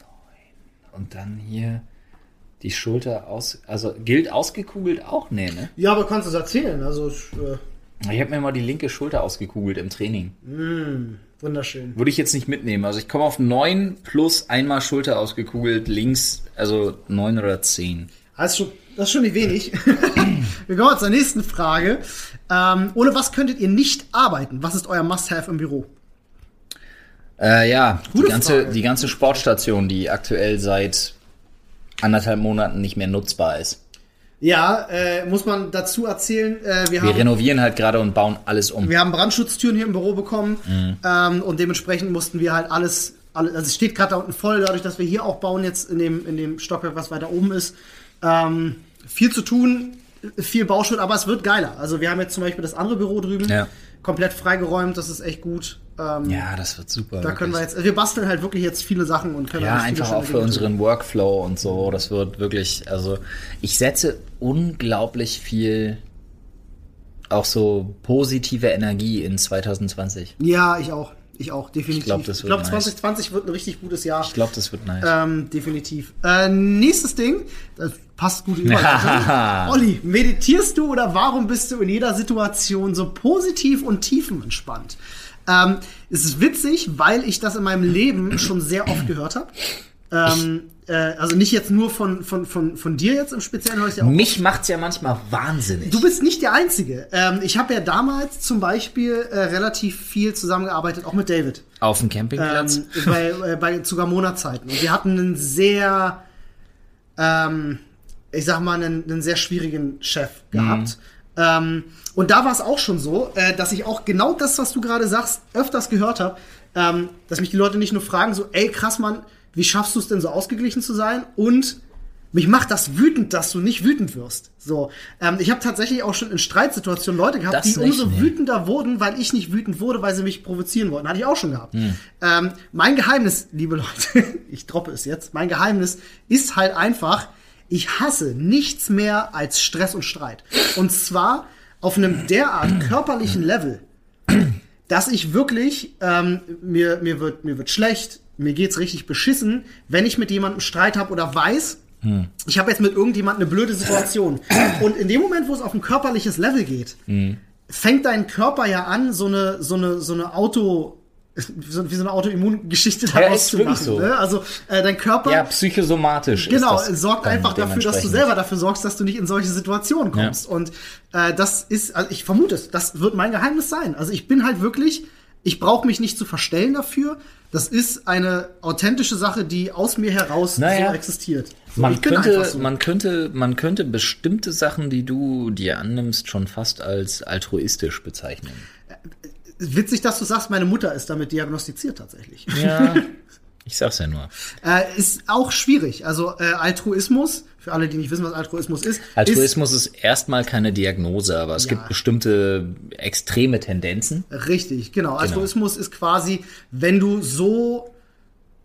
S2: neun. und dann hier die Schulter aus. Also gilt ausgekugelt auch? Nee, ne?
S1: ja, aber kannst du es erzählen? Also, ich, äh,
S2: Ich habe mir mal die linke Schulter ausgekugelt im Training.
S1: wunderschön.
S2: Würde ich jetzt nicht mitnehmen. Also ich komme auf 9 plus einmal Schulter ausgekugelt, links, also 9 oder 10.
S1: Das ist schon, das ist schon nicht wenig. Wir kommen zur nächsten Frage. Ähm, ohne was könntet ihr nicht arbeiten? Was ist euer Must-Have im Büro?
S2: Äh, ja, die
S1: Gute
S2: ganze,
S1: Frage.
S2: die ganze Sportstation, die aktuell seit anderthalb Monaten nicht mehr nutzbar ist.
S1: Ja, äh, muss man dazu erzählen, äh, wir,
S2: Wir
S1: haben,
S2: renovieren halt gerade und bauen alles um.
S1: wir haben Brandschutztüren hier im Büro bekommen
S2: Mhm.
S1: ähm, und dementsprechend mussten wir halt alles, alles also es steht gerade da unten voll, dadurch, dass wir hier auch bauen jetzt in dem, in dem Stockwerk, was weiter oben ist. Ähm, viel zu tun, viel Bauschutt, aber es wird geiler. Also wir haben jetzt zum Beispiel das andere Büro drüben
S2: Ja.
S1: komplett freigeräumt, das ist echt gut. Ähm,
S2: Ja, das wird super.
S1: Da können wir
S2: wirklich.
S1: jetzt, wir basteln halt wirklich jetzt viele Sachen und können
S2: ja,
S1: halt viele
S2: einfach
S1: schöne
S2: auch für
S1: Dinge
S2: unseren Workflow und so. Das wird wirklich, also ich setze unglaublich viel auch so positive Energie in 2020.
S1: tun. Ja, ich auch. Ich auch, definitiv. Ich
S2: glaub, das wird
S1: glaub,
S2: nice.
S1: 2020 wird ein richtig gutes Jahr.
S2: Ich glaube, das wird nice.
S1: Ähm, definitiv. Äh, nächstes Ding, das passt gut überall. Olli, meditierst du oder warum bist du in jeder Situation so positiv und tiefenentspannt? Ähm, es ist witzig, weil ich das in meinem Leben schon sehr oft gehört habe. Ähm, äh, also nicht jetzt nur von, von, von, von dir jetzt im Speziellen, höre ich ja auch
S2: Mich macht's ja manchmal wahnsinnig.
S1: Du bist nicht der Einzige. Ähm, ich habe ja damals zum Beispiel äh, relativ viel zusammengearbeitet, auch mit David.
S2: auf dem Campingplatz?
S1: Ähm, bei, äh, bei sogar Monatszeiten. Und wir hatten einen sehr, ähm, ich sag mal, einen, einen sehr schwierigen Chef gehabt.
S2: Mhm.
S1: Ähm, und da war es auch schon so, äh, dass ich auch genau das, was du gerade sagst, öfters gehört habe, ähm, dass mich die Leute nicht nur fragen, so, ey, krass, Mann, wie schaffst du es denn so ausgeglichen zu sein? Und mich macht das wütend, dass du nicht wütend wirst. So, ähm, ich habe tatsächlich auch schon in Streitsituationen Leute gehabt,
S2: Das
S1: die
S2: nicht,
S1: umso
S2: nee.
S1: wütender wurden, weil ich nicht wütend wurde, weil sie mich provozieren wollten. Hatte ich auch schon gehabt. Ähm, mein Geheimnis, liebe Leute, ich droppe es jetzt. Mein Geheimnis ist halt einfach, ich hasse nichts mehr als Stress und Streit. Und zwar auf einem derart körperlichen Level, dass ich wirklich, ähm, mir, mir, wird, mir wird schlecht, mir geht's richtig beschissen, wenn ich mit jemandem Streit habe oder weiß,
S2: Hm.
S1: ich habe jetzt mit irgendjemandem eine blöde Situation. Und in dem Moment, wo es auf ein körperliches Level geht,
S2: Hm.
S1: fängt dein Körper ja an, so eine, so eine, so eine Auto, so- wie so eine Autoimmungeschichte
S2: Ja,
S1: daraus
S2: ist
S1: zu machen.
S2: wirklich so.
S1: Ne? Also äh, dein Körper
S2: Ja, psychosomatisch.
S1: Genau,
S2: ist das
S1: sorgt
S2: dann
S1: einfach dafür, dass du
S2: dementsprechend.
S1: selber dafür sorgst, dass du nicht in solche Situationen kommst. Und äh, das ist, also ich vermute es, das wird mein Geheimnis sein. Also ich bin halt wirklich, ich brauche mich nicht zu verstellen dafür. Das ist eine authentische Sache, die aus mir heraus
S2: Naja.
S1: so existiert. So,
S2: Man
S1: ich bin
S2: könnte,
S1: einfach so.
S2: man könnte, man könnte bestimmte Sachen, die du dir annimmst, schon fast als altruistisch bezeichnen.
S1: Witzig, dass du sagst, meine Mutter ist damit diagnostiziert tatsächlich.
S2: Ja. ich sag's ja nur.
S1: Äh, ist auch schwierig. Also äh, Altruismus, für alle, die nicht wissen, was Altruismus ist, ist
S2: Altruismus ist, erstmal keine Diagnose, aber es
S1: Ja.
S2: gibt bestimmte extreme Tendenzen.
S1: Richtig, genau. Altruismus ist quasi, wenn du so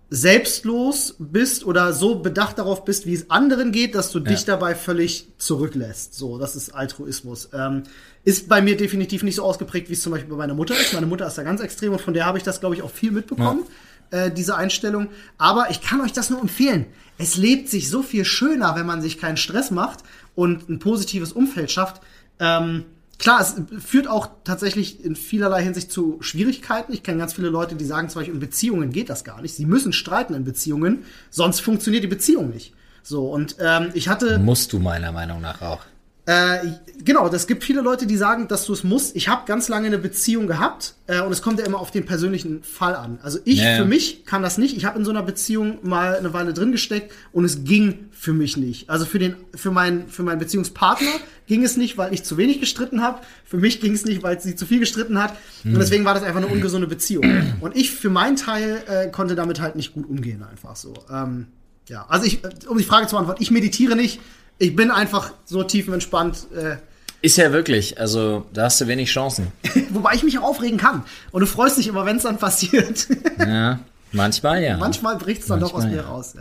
S1: selbstlos bist oder so bedacht darauf bist, wie es anderen geht, dass du dich dabei völlig zurücklässt. So, das ist Altruismus. Ähm, ist bei mir definitiv nicht so ausgeprägt, wie es zum Beispiel bei meiner Mutter ist. Meine Mutter ist da ganz extrem und von der habe ich das, glaube ich, auch viel mitbekommen, äh, diese Einstellung. Aber ich kann euch das nur empfehlen. Es lebt sich so viel schöner, wenn man sich keinen Stress macht und ein positives Umfeld schafft. Ähm, Klar, es führt auch tatsächlich in vielerlei Hinsicht zu Schwierigkeiten. Ich kenne ganz viele Leute, die sagen zum Beispiel, in Beziehungen geht das gar nicht. Sie müssen streiten in Beziehungen, sonst funktioniert die Beziehung nicht. So, und ähm, ich hatte,
S2: Musst du meiner Meinung nach auch.
S1: äh, genau, es gibt viele Leute, die sagen, dass du es musst. Ich habe ganz lange eine Beziehung gehabt äh, und es kommt ja immer auf den persönlichen Fall an. Also ich
S2: Ja, ja.
S1: für mich kann das nicht. Ich habe in so einer Beziehung mal eine Weile drin gesteckt und es ging für mich nicht. Also für den, für meinen, für meinen Beziehungspartner ging es nicht, weil ich zu wenig gestritten habe. Für mich ging es nicht, weil sie zu viel gestritten hat. Und
S2: Hm.
S1: deswegen war das einfach eine ungesunde Beziehung. Und ich für meinen Teil äh, konnte damit halt nicht gut umgehen, einfach so. Ähm, ja, also ich, äh, um die Frage zu beantworten, ich meditiere nicht. Ich bin einfach so tiefenentspannt, äh,
S2: Ist ja wirklich, also da hast du wenig Chancen.
S1: wobei ich mich auch aufregen kann. Und du freust dich immer, wenn es dann passiert.
S2: Ja, manchmal ja.
S1: Manchmal bricht es dann doch aus
S2: Manchmal,
S1: mir
S2: ja.
S1: raus.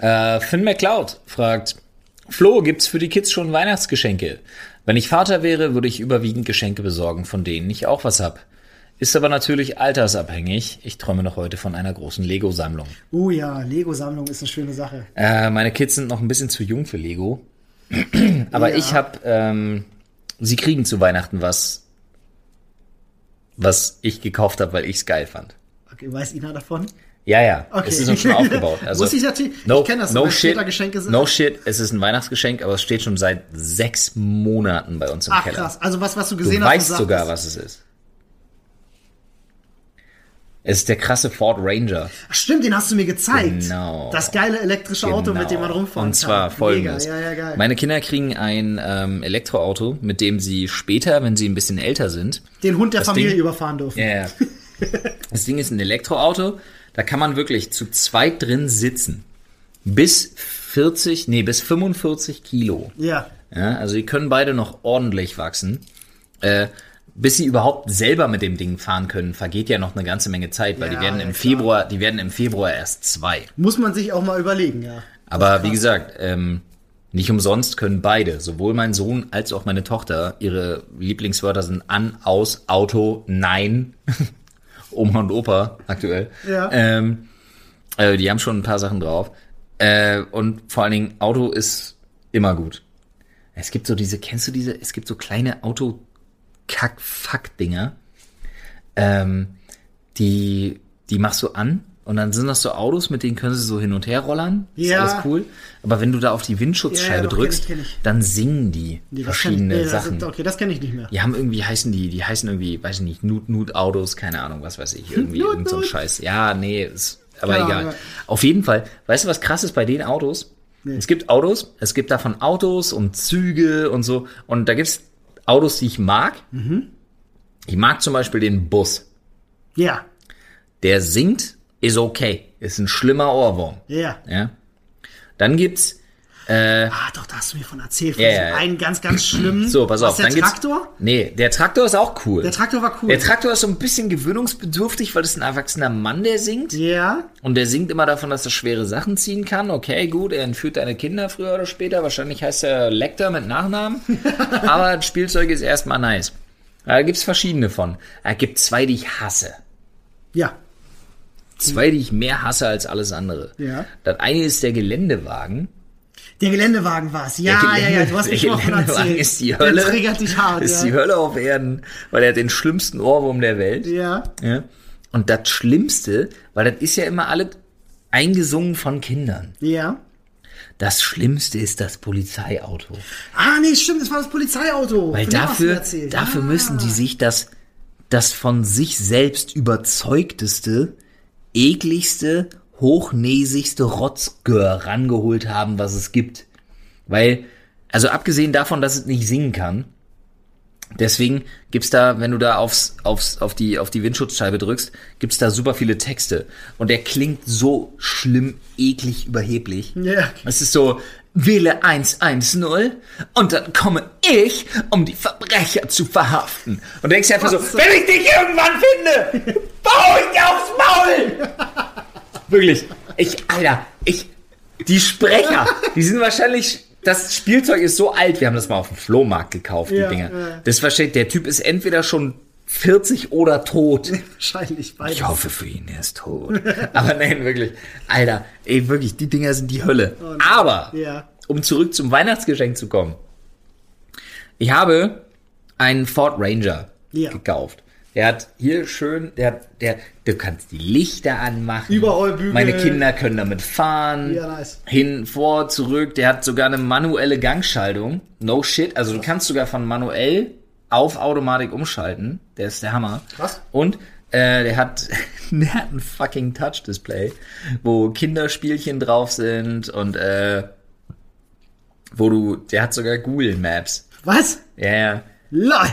S1: Ja.
S2: Äh, Finn McCloud fragt, Flo, gibt's für die Kids schon Weihnachtsgeschenke? Wenn ich Vater wäre, würde ich überwiegend Geschenke besorgen, von denen ich auch was hab. Ist aber natürlich altersabhängig. Ich träume noch heute von einer großen Lego-Sammlung.
S1: Oh ja, Lego-Sammlung ist eine schöne Sache.
S2: Äh, meine Kids sind noch ein bisschen zu jung für Lego. aber
S1: Ja.
S2: ich hab, ähm, sie kriegen zu Weihnachten was, was ich gekauft habe, weil ich's geil fand.
S1: Okay, weiß Ina davon?
S2: Ja, ja.
S1: Okay.
S2: Es ist uns schon aufgebaut. Also,
S1: Muss ich natürlich- ich
S2: no,
S1: kenn das,
S2: no
S1: wenn
S2: shit,
S1: Vätergeschenk ist-
S2: No shit, es ist ein Weihnachtsgeschenk, aber es steht schon seit sechs Monaten bei uns im
S1: Ach
S2: Keller.
S1: krass, also was, was du
S2: Du
S1: gesehen hast.
S2: weißt
S1: und
S2: sogar,
S1: sagtest.
S2: was es ist. Es ist der krasse Ford Ranger.
S1: Ach, Stimmt, den hast du mir gezeigt.
S2: Genau.
S1: Das geile elektrische Auto, mit dem man rumfahren
S2: Und zwar
S1: kann.
S2: folgendes.
S1: Mega, ja, ja, geil.
S2: Meine Kinder kriegen ein ähm, Elektroauto, mit dem sie später, wenn sie ein bisschen älter sind,
S1: den Hund der Familie
S2: Ding-
S1: überfahren dürfen.
S2: Ja, ja. Das Ding ist ein Elektroauto, da kann man wirklich zu zweit drin sitzen. Bis 40, nee, bis 45 Kilo.
S1: Ja.
S2: Ja, also die können beide noch ordentlich wachsen. Äh, bis sie überhaupt selber mit dem Ding fahren können, vergeht ja noch eine ganze Menge Zeit, weil
S1: Ja,
S2: die werden
S1: ja,
S2: im
S1: klar.
S2: Februar, die werden im Februar erst zwei.
S1: Muss man sich auch mal überlegen, ja.
S2: Aber wie gesagt, ähm, nicht umsonst können beide, sowohl mein Sohn als auch meine Tochter, ihre Lieblingswörter sind an, aus, Auto, nein, Oma und Opa aktuell.
S1: Ja.
S2: Ähm, äh, die haben schon ein paar Sachen drauf. Äh, und vor allen Dingen, Auto ist immer gut. Es gibt so diese, kennst du diese, es gibt so kleine Auto-Kack-Fuck-Dinger, ähm, die, die machst du an und dann sind das so Autos, mit denen können sie so hin und her rollern.
S1: Ja.
S2: Ist alles cool. Aber wenn du da auf die
S1: Ja, ja,
S2: Windschutzscheibe
S1: doch, kenn ich,
S2: drückst,
S1: kenn ich.
S2: dann singen
S1: Nee, das
S2: die
S1: kenn ich-
S2: verschiedene
S1: nee, das-
S2: Sachen.
S1: Okay, das kenne ich nicht mehr.
S2: Die haben irgendwie, heißen die, die heißen irgendwie, weiß ich nicht, Nut-Nut-Autos, keine Ahnung, was weiß ich, irgendwie
S1: Nut,
S2: irgend so ein
S1: Nut.
S2: Scheiß. Ja, nee, ist, aber
S1: Ja,
S2: egal.
S1: ja.
S2: Auf jeden Fall, weißt du, was krass ist bei den Autos? Es gibt Autos, es gibt davon Autos und Züge und so. Und da gibt's Autos, die ich mag.
S1: Mhm.
S2: Ich mag zum Beispiel den Bus.
S1: Ja,
S2: Der singt, ist okay. Ist ein schlimmer Ohrwurm.
S1: ja.
S2: Ja. Dann gibt's,
S1: Ah, doch, da hast du mir von erzählt. Von
S2: Ja,
S1: diesem
S2: ja, ja.
S1: einen ganz, ganz schlimmen.
S2: so, pass
S1: Mhm. Was,
S2: auf,
S1: Der
S2: dann gibt's.
S1: Traktor?
S2: Nee, der Traktor ist auch cool.
S1: Der Traktor war cool.
S2: Der Traktor ist so ein bisschen gewöhnungsbedürftig, weil das ein erwachsener Mann, der singt.
S1: ja,
S2: Und der singt immer davon, dass er schwere Sachen ziehen kann. Okay, gut, er entführt deine Kinder früher oder später. Wahrscheinlich heißt er Lecter mit Nachnamen. Aber das Spielzeug ist erstmal nice. Da gibt's verschiedene von. Da gibt zwei, die ich hasse.
S1: Ja.
S2: Zwei, die ich mehr hasse als alles andere.
S1: Ja.
S2: Das eine ist der Geländewagen.
S1: Der Geländewagen war es. Ja,
S2: Der
S1: Ah, ja, ja, du hast mich
S2: der
S1: schon mal
S2: Geländewagen
S1: erzählt.
S2: ist die Hölle.
S1: Der triggert dich hart.
S2: Ist
S1: ja.
S2: die Hölle auf Erden, weil er hat den schlimmsten Ohrwurm der Welt.
S1: ja.
S2: Ja. Und das Schlimmste, weil das ist ja immer alle eingesungen von Kindern.
S1: Ja.
S2: Das Schlimmste ist das Polizeiauto.
S1: Ah, nee, stimmt, das war das Polizeiauto.
S2: Weil
S1: Von dem hast du
S2: dafür,
S1: erzählt.
S2: dafür
S1: Ah.
S2: müssen die sich das, das von sich selbst überzeugteste, ekligste, hochnäsigste Rotzgör rangeholt haben, was es gibt. Weil, also abgesehen davon, dass es nicht singen kann, deswegen gibt's da, wenn du da aufs, aufs, auf, die, auf die Windschutzscheibe drückst, gibt's da super viele Texte. Und der klingt so schlimm, eklig, überheblich.
S1: Ja.
S2: Es ist so, wähle 110 und dann komme ich, um die Verbrecher zu verhaften. Und denkst dir einfach so, wenn ich dich irgendwann finde, baue ich dir aufs Maul. Wirklich. Ich, Alter, ich, die Sprecher, die sind wahrscheinlich, das Spielzeug ist so alt, wir haben das mal auf dem Flohmarkt gekauft,
S1: Ja,
S2: die Dinger.
S1: ja.
S2: Das versteht, der Typ ist entweder schon 40 oder tot.
S1: Wahrscheinlich beides.
S2: Ich hoffe für ihn, er ist tot. Aber nein, wirklich. Alter, ey, wirklich, die Dinger sind die Hölle. Aber,
S1: Oh, Ja.
S2: um zurück zum Weihnachtsgeschenk zu kommen. Ich habe einen Ford Ranger
S1: Ja.
S2: gekauft. Der hat hier schön, der, hat- der, du kannst die Lichter anmachen.
S1: Überall Bügel.
S2: Meine Kinder können damit fahren.
S1: Ja, nice.
S2: Hin, vor, zurück. Der hat sogar eine manuelle Gangschaltung. No shit. Also du kannst sogar von manuell auf Automatik umschalten. Der ist der Hammer.
S1: Krass.
S2: Und äh, der hat, der hat ein fucking Touch-Display, wo Kinderspielchen drauf sind und äh, wo du, der hat sogar Google Maps.
S1: Was?
S2: Ja, ja.
S1: Lol.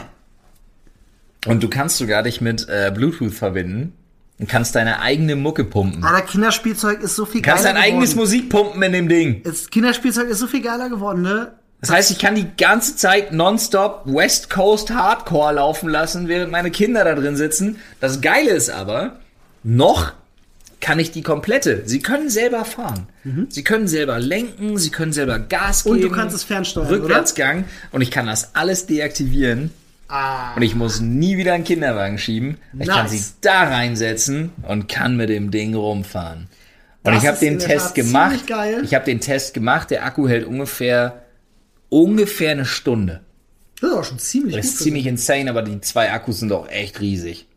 S2: Und du kannst sogar dich mit äh, Bluetooth verbinden und kannst deine eigene Mucke pumpen.
S1: Alter, Kinderspielzeug ist so viel geiler
S2: Kannst dein
S1: Ah, geworden.
S2: eigenes Musik pumpen in dem Ding.
S1: Das Kinderspielzeug ist so viel geiler geworden, ne?
S2: Das heißt, ich kann die ganze Zeit nonstop West Coast Hardcore laufen lassen, während meine Kinder da drin sitzen. Das Geile ist aber, noch kann ich die komplette. Sie können selber fahren. Sie können selber lenken, sie können selber Gas geben.
S1: Mhm. Und du kannst es fernsteuern, oder?
S2: Rückwärtsgang. Und ich kann das alles deaktivieren.
S1: Ah.
S2: Und ich muss nie wieder einen Kinderwagen schieben. Ich kann
S1: Nice.
S2: sie da reinsetzen und kann mit dem Ding rumfahren. Und
S1: Das
S2: ich habe
S1: ist
S2: den
S1: in der
S2: Test
S1: Tat ziemlich
S2: gemacht.
S1: geil.
S2: Ich habe den Test gemacht. Der Akku hält ungefähr ungefähr eine Stunde.
S1: Das ist auch schon ziemlich
S2: Das
S1: gut.
S2: ist ziemlich insane, aber die zwei Akkus sind auch echt riesig.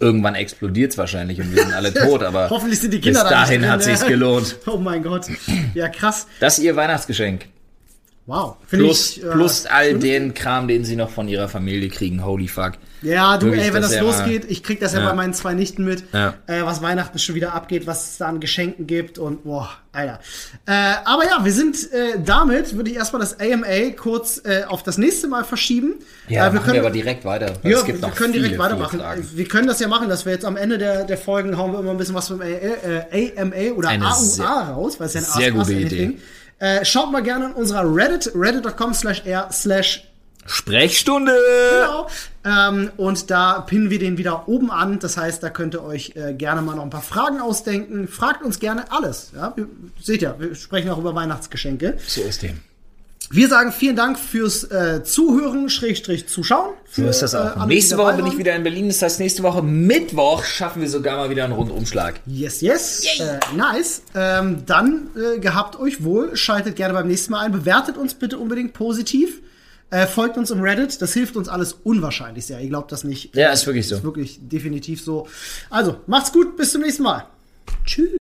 S2: Irgendwann explodiert's wahrscheinlich und wir sind alle tot, aber
S1: Hoffentlich sind die Kinder
S2: bis
S1: da nicht
S2: dahin
S1: drin,
S2: hat
S1: ne?
S2: sich's gelohnt.
S1: Oh mein Gott. Ja, krass.
S2: Das ist ihr Weihnachtsgeschenk.
S1: Wow. Find
S2: Plus,
S1: ich, äh,
S2: plus all den Kram, den sie noch von ihrer Familie kriegen. Holy fuck.
S1: Ja, du,
S2: Wirklich,
S1: ey, wenn
S2: dass
S1: das
S2: er
S1: losgeht, ich krieg das ja,
S2: Ja.
S1: bei meinen zwei Nichten mit,
S2: Ja.
S1: äh, was Weihnachten schon wieder abgeht, was es da an Geschenken gibt und boah, Alter. Äh, aber ja, wir sind äh, damit, würde ich erstmal das AMA kurz äh, auf das nächste Mal verschieben.
S2: Ja,
S1: äh, wir
S2: machen
S1: können,
S2: wir aber direkt weiter. weil
S1: ja,
S2: es gibt
S1: wir
S2: noch
S1: können direkt
S2: viele,
S1: weitermachen.
S2: Viele Fragen.
S1: wir können das ja machen, dass wir jetzt am Ende der, der Folgen hauen wir immer ein bisschen was vom A- äh, AMA oder
S2: Eine
S1: AUA
S2: sehr-
S1: raus, weil es ja ein
S2: sehr
S1: Ask Us
S2: gute
S1: Anything.
S2: Idee.
S1: Äh, schaut mal gerne in unserer Reddit, reddit.com slash r slash
S2: Sprechstunde!
S1: Genau. Ähm, und da pinnen wir den wieder oben an. Das heißt, da könnt ihr euch äh, gerne mal noch ein paar Fragen ausdenken. Fragt uns gerne alles. Ja? Ihr Seht ja, wir sprechen auch über Weihnachtsgeschenke.
S2: So ist
S1: Äh,
S2: dem.
S1: Wir sagen vielen Dank fürs äh, Zuhören, Schrägstrich Zuschauen.
S2: So ist
S1: äh,
S2: das auch. nächste Woche bin ich wieder in Berlin. Das heißt, nächste Woche Mittwoch schaffen wir sogar mal wieder einen Rundumschlag.
S1: Yes, yes. Äh, nice. Ähm, dann äh, gehabt euch wohl. Schaltet gerne beim nächsten Mal ein. Bewertet uns bitte unbedingt positiv. Äh, folgt uns im Reddit. Das hilft uns alles unwahrscheinlich sehr. Ihr glaubt das nicht.
S2: Ja, ist wirklich so.
S1: Ist wirklich definitiv so. Also, macht's gut. Bis zum nächsten Mal. Tschüss.